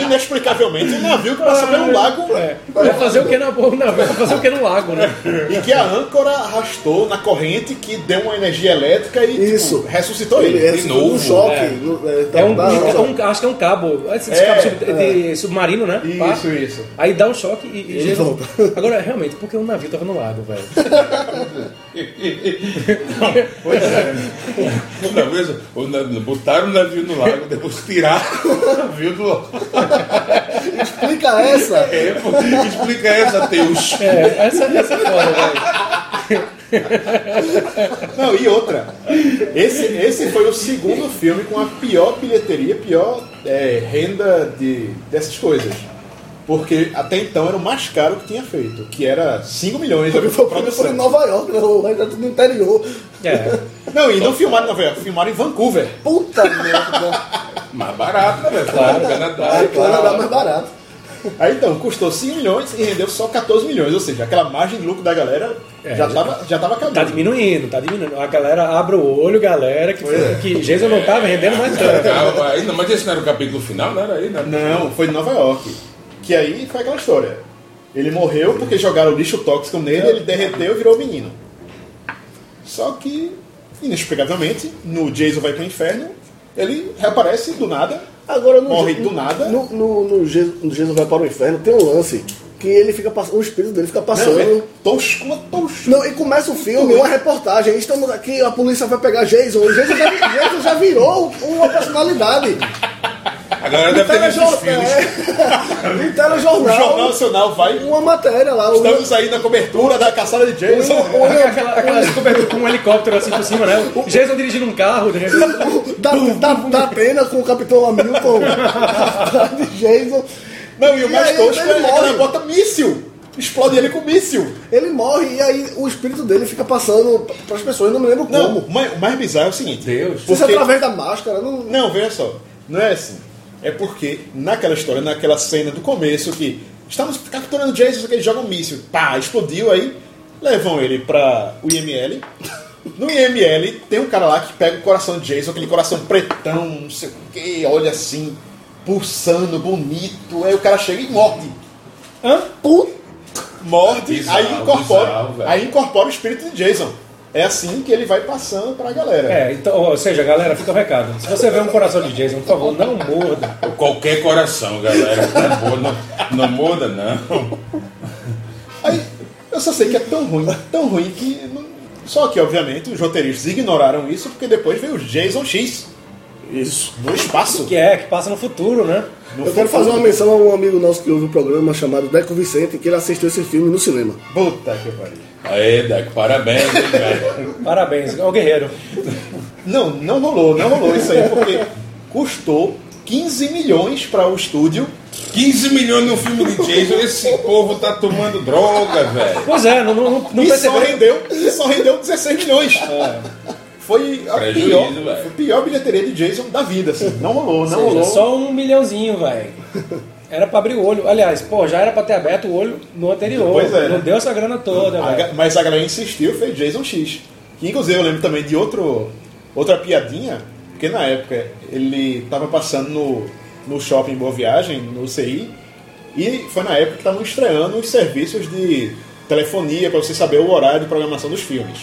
S4: Inexplicavelmente, um navio que passa pelo lago
S2: É. Vai fazer o que na boa, não, vai fazer o que no lago, né?
S4: e que a âncora arrastou na corrente que deu uma energia elétrica e tipo,
S3: Isso.
S4: ressuscitou ele.
S3: ele é
S1: De
S3: um
S1: novo,
S3: choque.
S2: é.
S3: no- é, tá-
S2: É um,
S3: dá-
S2: é um- acho que é um cabo, esse
S4: É,
S2: cabo sub- de submarino, né? Pá.
S4: Isso, isso.
S2: Aí dá um choque e, e
S3: Ele
S2: gera-
S3: volta.
S2: Agora, realmente, porque o navio tava no lago, velho.
S1: é, né? Outra vez, o navio- botaram o navio no lago, depois tiraram o navio do lago.
S3: Explica essa.
S1: É, pô, Explica essa, Deus.
S2: É, essa, essa é foda, velho.
S4: Não, e outra. Esse, esse foi o segundo filme com a pior bilheteria, pior é, renda de, dessas coisas. Porque até então era o mais caro que tinha feito, que era 5 milhões.
S3: Porque foi o primeiro foi em Nova York, né? o resto é tudo no interior.
S2: É.
S4: Não, e não filmaram em Nova York, filmaram em Vancouver.
S3: Puta merda.
S1: Mais barato, né, velho? Claro, Canadá.
S3: Aí claro, dá mais barato.
S4: Aí então, custou 5 milhões e rendeu só 14 milhões, ou seja, aquela margem de lucro da galera
S2: É,
S4: já,
S2: já-
S4: tava, já tava acabando.
S2: Tá diminuindo, tá diminuindo. A galera abre o olho, galera, que,
S3: é.
S2: que Jason não tava rendendo mais tanto.
S1: Calma, aí, não, mas esse não era o capítulo final, não era aí, né?
S4: Não, foi em Nova York. Que aí foi aquela história. Ele morreu porque jogaram lixo tóxico nele, ele derreteu e virou menino. Só que, inexplicavelmente, no Jason vai pro inferno, ele reaparece do nada.
S3: Agora no
S4: Morre
S3: Je-
S4: do nada.
S3: No, no, no Je- no Jesus vai para o inferno, tem um lance que ele fica pass- o espírito dele fica
S4: Não,
S3: passando.
S4: é tosco, uma tosco.
S3: Não, e começa o filme, uma reportagem. Estamos aqui, a polícia vai pegar Jason. O Jason já, Jason já virou uma personalidade. Um
S1: A galera deve ter visto os filmes.
S3: né?
S1: Um
S3: É, no
S4: O Jornal
S3: telejornal,
S4: Nacional vai.
S3: uma matéria lá. O,
S4: Estamos aí na cobertura da caçada de Jason.
S3: é
S2: Aquela, aquela cobertura com um helicóptero assim por cima, né? Jason dirigindo um carro, né?
S3: o- da, da, da pena com o Capitão Hamilton atrás de Jason.
S4: Não, e o
S3: E
S4: mais
S3: aí
S4: tosco
S3: ele
S4: é que ela
S3: morre.
S4: bota míssil. Explode ele com míssil.
S3: Ele morre e aí o espírito dele fica passando para as pessoas, não me lembro como.
S4: Não, o mais o mais bizarro é o seguinte.
S1: Deus.
S3: Isso
S4: porque-
S3: através da máscara, não.
S4: Não, veja só. Não é assim. É porque naquela história, naquela cena do começo que estamos capturando Jason, que ele joga um míssil. Pá, explodiu aí. Levam ele pra o IML. No IML tem um cara lá que pega o coração de Jason, aquele coração pretão, não sei o que, olha assim, pulsando, bonito. Aí o cara chega e morde.
S2: Hã?
S3: Puta!
S4: Morde,
S1: Bizarro,
S4: aí incorpora.
S1: bizarro, velho.
S4: aí incorpora o espírito de Jason. É assim que ele vai passando pra galera.
S2: É, então, ou seja, galera, fica o recado. Se você vê um coração de Jason, por favor, não morda.
S1: Qualquer coração, galera. Não muda, não, muda, não.
S4: Aí, eu só sei que é tão ruim, tão ruim que. não- Só que, obviamente, os roteiristas ignoraram isso porque depois veio o Jason X
S3: Isso.
S4: no espaço.
S2: Que é, que passa no futuro, né?
S3: Eu quero fazer uma menção a um amigo nosso que ouve um programa chamado Deco Vicente, que ele assistiu esse filme no cinema.
S4: Puta que pariu.
S1: Aí, É, Deco, parabéns, hein, velho.
S2: Parabéns, é o guerreiro.
S4: Não, não rolou, não rolou isso aí porque custou 15 milhões para o estúdio.
S1: 15 milhões no filme de Jason, esse povo tá tomando droga, velho.
S2: Pois é, não, não, não não
S4: e, só
S2: percebeu.
S4: rendeu, e só rendeu 16 milhões. Foi a
S1: Prejuízo,
S4: pior,
S1: velho.
S4: a pior bilheteria de Jason da vida, assim. Não rolou, não
S2: Ou
S4: rolou.
S2: seja, só um milhãozinho, velho. Era pra abrir o olho. Aliás, pô, já era pra ter aberto o olho no anterior.
S4: Pois é, né?
S2: Não deu essa grana toda,
S4: A
S2: velho.
S4: ga- mas a galera insistiu, fez Jason X. Que inclusive eu lembro também de outro, outra piadinha, porque na época ele tava passando no, no shopping Boa Viagem, no CI, e foi na época que estavam estreando os serviços de telefonia para você saber o horário de programação dos filmes.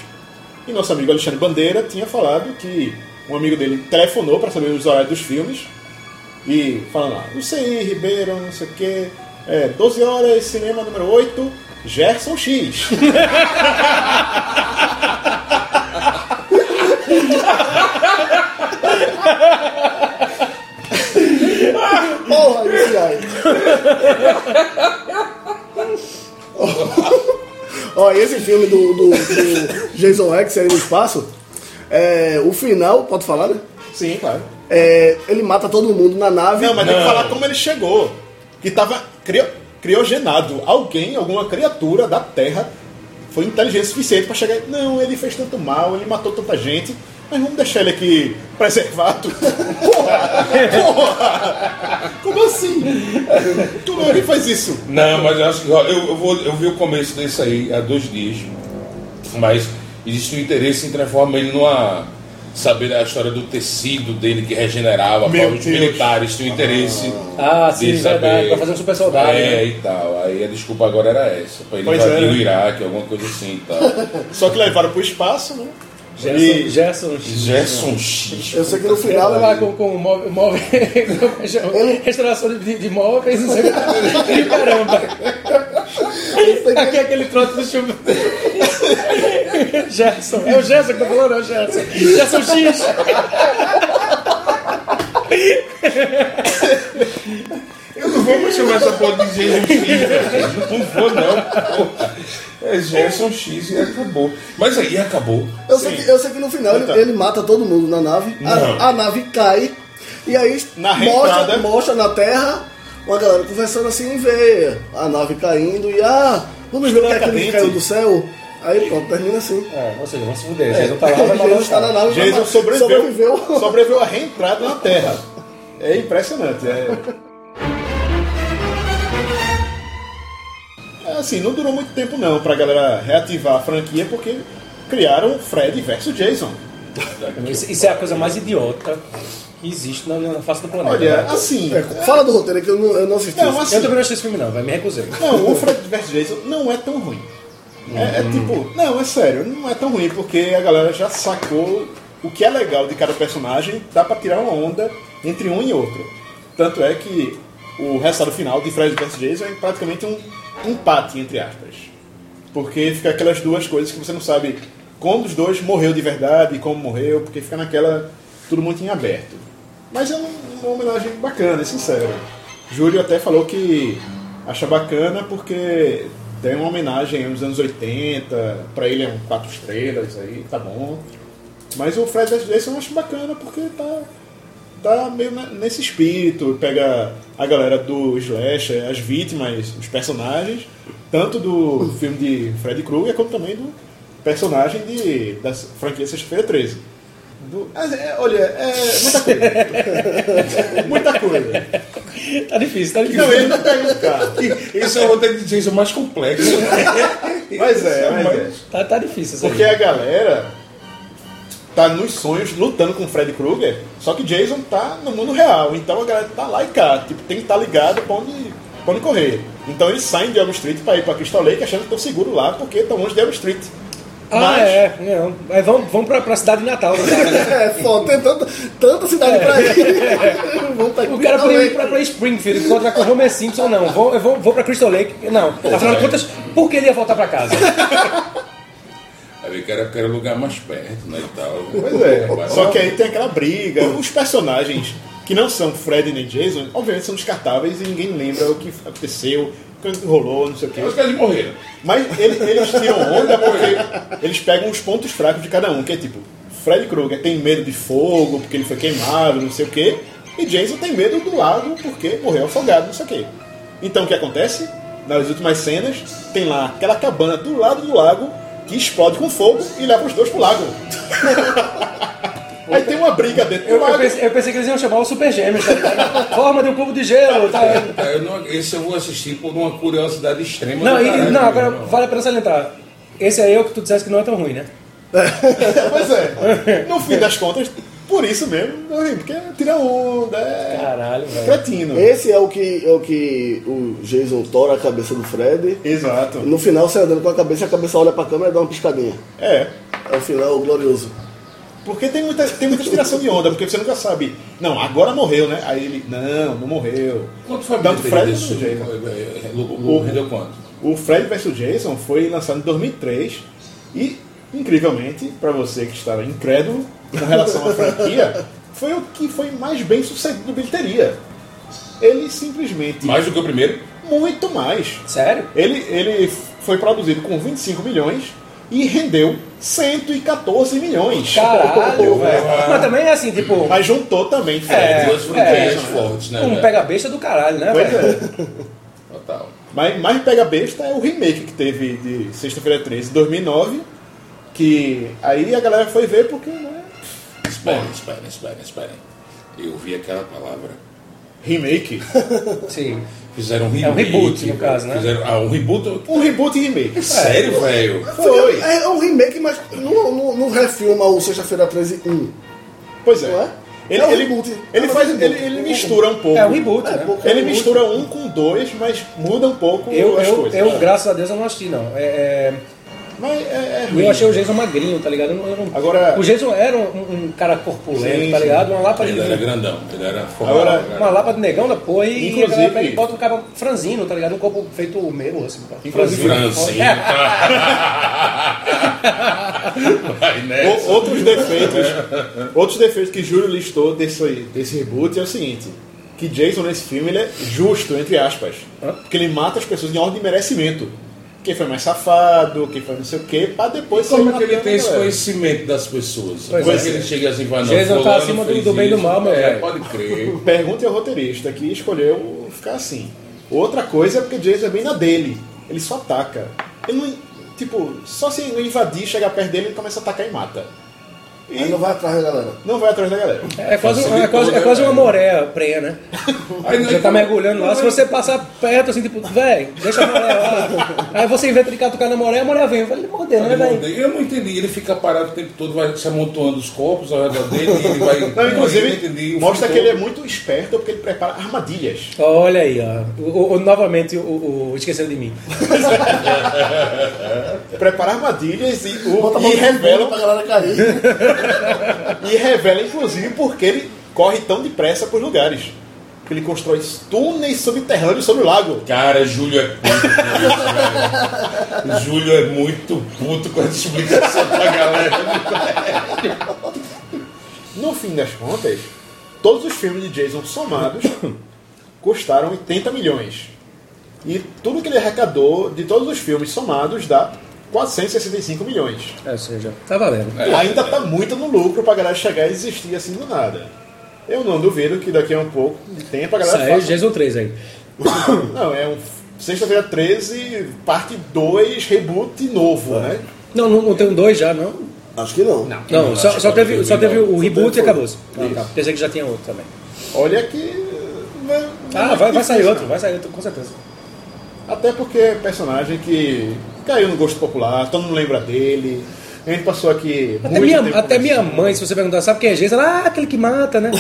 S4: E nosso amigo Alexandre Bandeira tinha falado que um amigo dele "Ah, telefonou para saber os horários dos filmes, e falando lá, não sei, Ribeiro, não sei o quê. É, 12 horas, cinema número 8, Gerson X.
S3: Porra, esse aí. Ó, esse filme do, do- do Jason X aí no espaço, é, o final, pode falar, né?
S4: Sim, claro.
S3: É, ele mata todo mundo na nave.
S4: Não, mas tem que falar como ele chegou. Que tava crio- criogenado. Alguém, alguma criatura da Terra foi inteligente o suficiente pra chegar. Não, ele fez tanto mal, ele matou tanta gente. Mas vamos deixar ele aqui preservado. Porra! Porra! Como assim? Como é que faz isso?
S1: Não, mas eu acho que. ó, Eu, eu vou, eu vi o começo desse aí há dois dias. Mas existe um interesse em transformar ele numa. Saber a história do tecido dele que regenerava.
S4: Meu
S1: pá, os
S4: Deus.
S1: militares têm um interesse.
S2: Ah, sim,
S4: é
S1: de
S2: verdade,
S1: saber-
S2: pra fazer um super soldado,
S1: É,
S2: né?
S1: e tal. Aí a desculpa agora era essa. Pra ele
S4: Pois
S1: invadir
S4: é.
S1: o Iraque, alguma coisa assim e tal.
S4: Só que levaram pro espaço, né?
S2: Gerson, Gerson X.
S1: Gerson X.
S3: Eu sei que no
S2: Ele
S3: final.
S2: tava lá com, com móvel, móvel é restauração de, de móveis não sei o que. E caramba. Aqui é aquele trote do chuveiro. Gerson. É o Gerson que tá falando, é o Gerson. Gerson X.
S1: Eu não vou mais chamar essa porra de Gerson X, velho. Não vou, não. porra. É Gerson X e acabou. Mas aí acabou.
S3: Eu sei, que, eu sei que no final
S4: Então.
S3: ele, ele mata todo mundo na nave,
S1: Não.
S3: a, a nave cai, e aí
S4: Na
S3: mostra,
S4: arrancada.
S3: mostra na terra uma galera conversando assim e vê a nave caindo e ah, vamos ver o que é aquilo que
S4: Francamente.
S3: caiu do céu. Aí pronto, termina assim.
S2: É, ou seja, vamos se fuder. Vocês não tá lá, vai pra lá,
S3: Jesus tá na nave,
S4: Jason
S3: mas
S4: sobreviveu,
S3: sobreviveu.
S4: sobreviveu à reentrada na Terra. É impressionante. É... É, Assim, não durou muito tempo não pra galera reativar a franquia, porque criaram Fred versus Jason.
S2: Isso, isso é a coisa mais idiota que existe na, na face do planeta.
S4: Olha,
S2: né?
S4: assim...
S3: É, Fala do roteiro que eu não, eu não assisti.
S4: Não, assim...
S2: Eu também não achei esse filme, não, vai me recusei.
S4: Não, o Fred vs Jason não é tão ruim. É, é tipo, não, é sério, não é tão ruim, porque a galera já sacou o que é legal de cada personagem, dá pra tirar uma onda entre um e outro. Tanto é que o resultado final de Fred vs Jason é praticamente um empate, entre aspas. Porque fica aquelas duas coisas que você não sabe qual dos dois morreu de verdade, como morreu, porque fica naquela. tudo muito em aberto. Mas é um- uma homenagem bacana, é sincero. Júlio até falou que acha bacana porque tem uma homenagem aos anos 80, pra ele é um quatro estrelas aí, tá bom. Mas o Fred vs Jason eu acho bacana porque tá, tá meio na- nesse espírito, pega a galera do Slash, as vítimas, os personagens, tanto do filme de Fred Krueger como também do personagem de, da franquia Sexta-feira 13. Do- ah, é, olha, é muita coisa. É muita coisa.
S2: Tá difícil, tá difícil.
S4: Não, ele não pega o carro.
S1: Esse é o roteiro de Jason mais complexo.
S4: Mas é, mas é.
S2: Tá, tá difícil isso aí.
S4: Porque é a galera tá nos sonhos lutando com o Fred Krueger, só que Jason tá no mundo real, então a galera tá lá e cá, tipo, tem que estar ligado pra onde, pra onde correr. Então eles saem de Elm Street pra ir pra Crystal Lake achando que estão seguros lá porque estão longe de Elm Street.
S2: Ah,
S4: Mas-
S2: é, não. Mas vamos, vamos pra, pra cidade de natal. né? Cara.
S3: É, foda, tem tanta, tanta cidade pra ir. Vamos tá pra
S2: O
S3: Crystal
S2: cara pra
S3: Lake.
S2: ir pra, pra Springfield, encontrar com o Homer Simpson, não. Vou, eu vou, vou pra Crystal Lake, não. Afinal de contas, por que ele ia voltar pra casa?
S1: Aí eu quero, quero lugar mais perto, né? E tal.
S4: Pois é.
S1: Mas-
S4: Só que aí tem aquela briga. Os personagens que não são Fred nem Jason, obviamente são descartáveis e ninguém lembra o que aconteceu, o que rolou, não sei o quê.
S1: Os caras morreram.
S4: Mas ele- eles tiram onda porque eles pegam os pontos fracos de cada um, que é tipo, Fred Krueger tem medo de fogo porque ele foi queimado, não sei o quê, e Jason tem medo do lago porque morreu afogado, não sei o quê. Então o que acontece? Nas últimas cenas, tem lá aquela cabana do lado do lago que explode com fogo e leva os dois pro lago. Aí tem uma briga dentro do
S2: Eu, eu
S4: lago.
S2: pensei, eu pensei que eles iam chamar o Super Gêmeos, tá ligado? Forma de um cubo de gelo, tá ligado?
S1: Tá, eu não- esse eu vou assistir por uma curiosidade extrema.
S2: Não,
S1: do
S2: e-
S1: caralho,
S2: não,
S1: meu
S2: agora
S1: irmão.
S2: vale a pena salientar. Esse aí é o que tu disseste que não é tão ruim, né?
S4: Pois é, no fim das contas, por isso mesmo, eu ri, porque tira onda, é
S2: Caralho, velho.
S4: cretino.
S3: Esse é o que é o que o Jason tora a cabeça do Fred.
S4: Exato.
S3: No final você andando com a cabeça, a cabeça olha pra câmera e dá uma piscadinha.
S4: É.
S3: É o final glorioso.
S4: Porque tem muita, tem muita inspiração de onda, porque você nunca sabe Não, agora morreu, né? Aí ele, não, não morreu.
S1: Quanto foi a
S4: Tanto
S1: bilheteria
S4: Fred né?
S1: desse
S4: quanto Jason.
S1: É, é, Lu- Lu-
S4: O-
S1: Rendeu quanto?
S4: O Fred vs Jason foi lançado em 2003 e, incrivelmente, pra você que estava incrédulo com relação à franquia, foi o que foi mais bem sucedido na bilheteria. Ele simplesmente.
S1: Mais do que o primeiro?
S4: Muito mais.
S2: Sério?
S4: Ele, ele foi produzido com 25 milhões e rendeu 114 milhões.
S2: Caralho, velho. Mas também é assim, tipo,
S4: Mas juntou também
S2: É,
S4: Fred.
S1: Duas franquias
S2: é.
S1: fortes, né?
S2: um
S1: velho? Ah,
S2: pega-besta do caralho, né?
S4: Pois
S2: velho?
S4: é.
S1: Total.
S4: Mas mais pega besta é o remake que teve de Sexta-feira 13 em 2009. Que aí a galera foi ver porque, né?
S1: Esperem, esperem, esperem, esperem. Eu vi aquela palavra.
S4: Remake.
S2: Sim.
S1: Fizeram um
S2: É um
S1: reboot.
S2: reboot, no caso, né? É.
S1: Fizeram, ah, um reboot?
S4: Um reboot e remake.
S1: Sério, velho?
S4: Foi.
S3: É um remake, mas não, não, não refilma o Sexta-feira 13 1.
S4: Pois é.
S3: Não é?
S4: Ele,
S3: É um
S4: ele-
S3: reboot.
S4: ele
S3: É um
S4: faz,
S3: reboot.
S4: ele, ele mistura um pouco.
S2: É um reboot,
S3: É,
S2: né?
S3: pouco-
S4: Ele
S3: é um
S4: mistura um com dois, mas muda um pouco
S2: Eu,
S4: as
S2: eu,
S4: coisas. né?
S2: eu, graças a Deus, eu não assisti, não. É, é,
S4: Mas é, é ruim.
S2: eu achei o Jason magrinho, tá ligado? Eu não- eu não-
S4: Agora-
S2: O Jason era um, um cara corpulento,
S4: Sim,
S2: tá
S4: sim.
S2: ligado? Uma lapa de.
S1: Ele era grandão, ele era
S4: Agora-
S1: formal.
S2: Uma lapa de negão da porra e
S4: Inclusive-
S2: a galera pega e bota um cara franzino, tá ligado? Um corpo feito o meu, assim, tá?
S4: Inclusive-
S1: Francinha. Vai
S4: O-
S1: nessa.
S4: outros defeitos outros defeitos que Júlio listou desse, desse reboot é o seguinte que Jason nesse filme ele é justo entre aspas porque ele mata as pessoas em ordem de merecimento quem foi mais safado quem foi não sei o que para depois sair
S1: Como é que ele
S4: matando
S1: tem
S4: a
S1: esse
S4: galera.
S1: conhecimento das pessoas?
S2: Pois
S1: Como é
S2: é.
S1: que ele chega assim e fala, não,
S2: Jesus tá
S1: fulano
S2: acima do-
S1: fez
S2: do bem e do
S1: isso.
S2: mal, meu
S1: É,
S2: velho.
S1: pode crer.
S4: pergunta ao roteirista que escolheu ficar assim outra coisa é porque Jason é bem na dele ele só ataca ele não tipo só se invadir chegar perto dele ele começa a atacar e mata e
S3: Aí não vai atrás da galera.
S4: não vai atrás da galera
S2: É quase,
S1: Facilitou,
S2: é, quase, é
S1: né,
S2: quase uma
S1: velho?
S2: moré prenha, né?
S1: Aí, é
S2: Já tá mergulhando lá, se você passar perto assim, tipo, velho, deixa a moré lá. Aí você inventa de catucar na moré, a moré vem. Eu falei, morder, né, velho?
S1: Eu não entendi, ele fica parado o tempo todo, vai se amontoando os corpos ao redor dele e ele vai.
S4: Não,
S1: Eu não entendi,
S4: inclusive,
S1: o
S4: mostra que
S1: filme
S4: ele é muito esperto porque ele prepara armadilhas.
S2: Olha aí, ó. O, o- o- novamente, o, o- esquecendo de mim.
S4: Prepara armadilhas e, o-
S3: Bota a mão
S4: e,
S3: no revela pra
S4: revela,
S3: galera cair.
S4: e revela, inclusive, porque ele corre tão depressa para os lugares. Porque ele constrói túneis subterrâneos sobre o lago.
S1: Cara, Júlio é puto com isso, velho. Júlio é muito puto com essa explicação da galera.
S4: No fim das contas, todos os filmes de Jason somados custaram 80 milhões. E tudo que ele arrecadou de todos os filmes somados dá 465 milhões.
S2: É, Ou seja, tá valendo.
S4: É. ainda está muito no lucro pra galera chegar e existir assim do nada. Eu não duvido que daqui a um pouco de tempo a galera
S2: Saiu
S4: faça.
S2: Jason 3 aí.
S4: Não, é um sexta-feira 13, parte 2, reboot
S2: É.
S4: novo, né?
S2: Não, não, não tem um 2 já, não?
S3: Acho que não.
S2: Não,
S1: Não, acho
S2: só,
S1: que
S2: só
S1: não
S2: teve,
S1: teve
S2: só teve o
S3: não.
S2: reboot e
S3: Só teve
S2: acabou.
S3: um.
S2: Ah, tá. Pensei que já tinha outro também.
S4: Olha que. né, não é
S2: Ah, vai, vai
S4: difícil,
S2: sair outro,
S4: não.
S2: vai sair outro, com certeza.
S4: Até porque é personagem que caiu no gosto popular, todo mundo lembra dele. A gente passou aqui.
S2: Até
S4: muito
S2: minha,
S4: tempo
S2: até minha
S4: conversando.
S2: mãe, se você perguntar, sabe quem é Jason? Ela, ah, aquele que mata, né?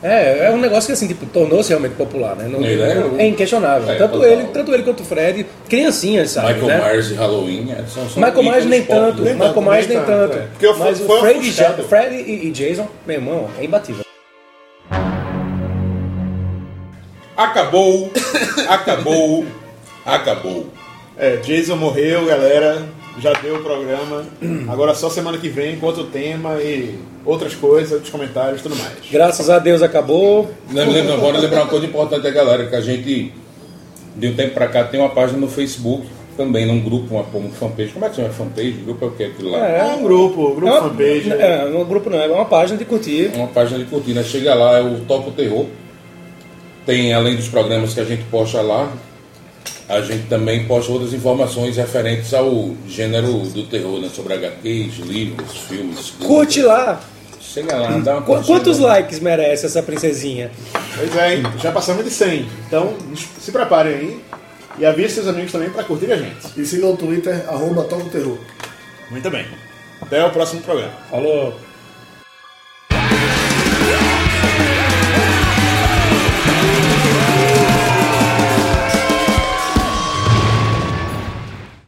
S2: é, é um negócio que assim, tipo, tornou-se realmente popular, né? Não-
S1: Ele é-
S2: é inquestionável.
S1: É,
S2: tanto,
S1: total.
S2: ele, tanto ele quanto o Fred, criancinhas, sabe?
S1: Michael
S2: né?
S1: Myers e Halloween é, são, são
S2: Michael Myers nem
S1: ícones
S2: tanto,
S1: pop, né?
S2: Michael Myers nem
S4: Nem
S2: tanto.
S4: tanto, é. Porque eu fui-
S2: Mas o
S4: foi
S2: Fred, e Ja-
S4: ofuscado.
S2: Fred e, e Jason, meu irmão, é imbatível.
S1: Acabou, acabou, acabou.
S4: É, Jason morreu, galera. Já deu o programa. Agora só semana que vem com outro tema e outras coisas, outros comentários e tudo mais.
S2: Graças a Deus acabou.
S1: Lembra, lembra, bora lembrar uma coisa importante da galera, que a gente, de um tempo pra cá, tem uma página no Facebook, também num grupo, uma, uma fanpage. Como é que chama? Fanpage? Grupo é o que é aquilo lá?
S4: É um grupo, um
S2: É
S4: grupo
S2: uma,
S4: fanpage.
S2: é, um grupo não, é uma página de curtir.
S1: uma página de curtir, né? Chega lá, é o Topo Terror. Tem, além dos programas que a gente posta lá, a gente também posta outras informações referentes ao gênero do terror, né? Sobre HQs, livros, filmes.
S2: Curte lá.
S1: Chega lá, dá uma
S2: Qu-
S1: curtida.
S2: Quantos likes merece essa princesinha?
S4: Pois é, hein? já passamos de 100. Então se preparem aí e avise seus amigos também para curtir a gente.
S3: E siga o Twitter, arroba Toca o Terror.
S4: Muito bem. Até o próximo programa.
S2: Falou.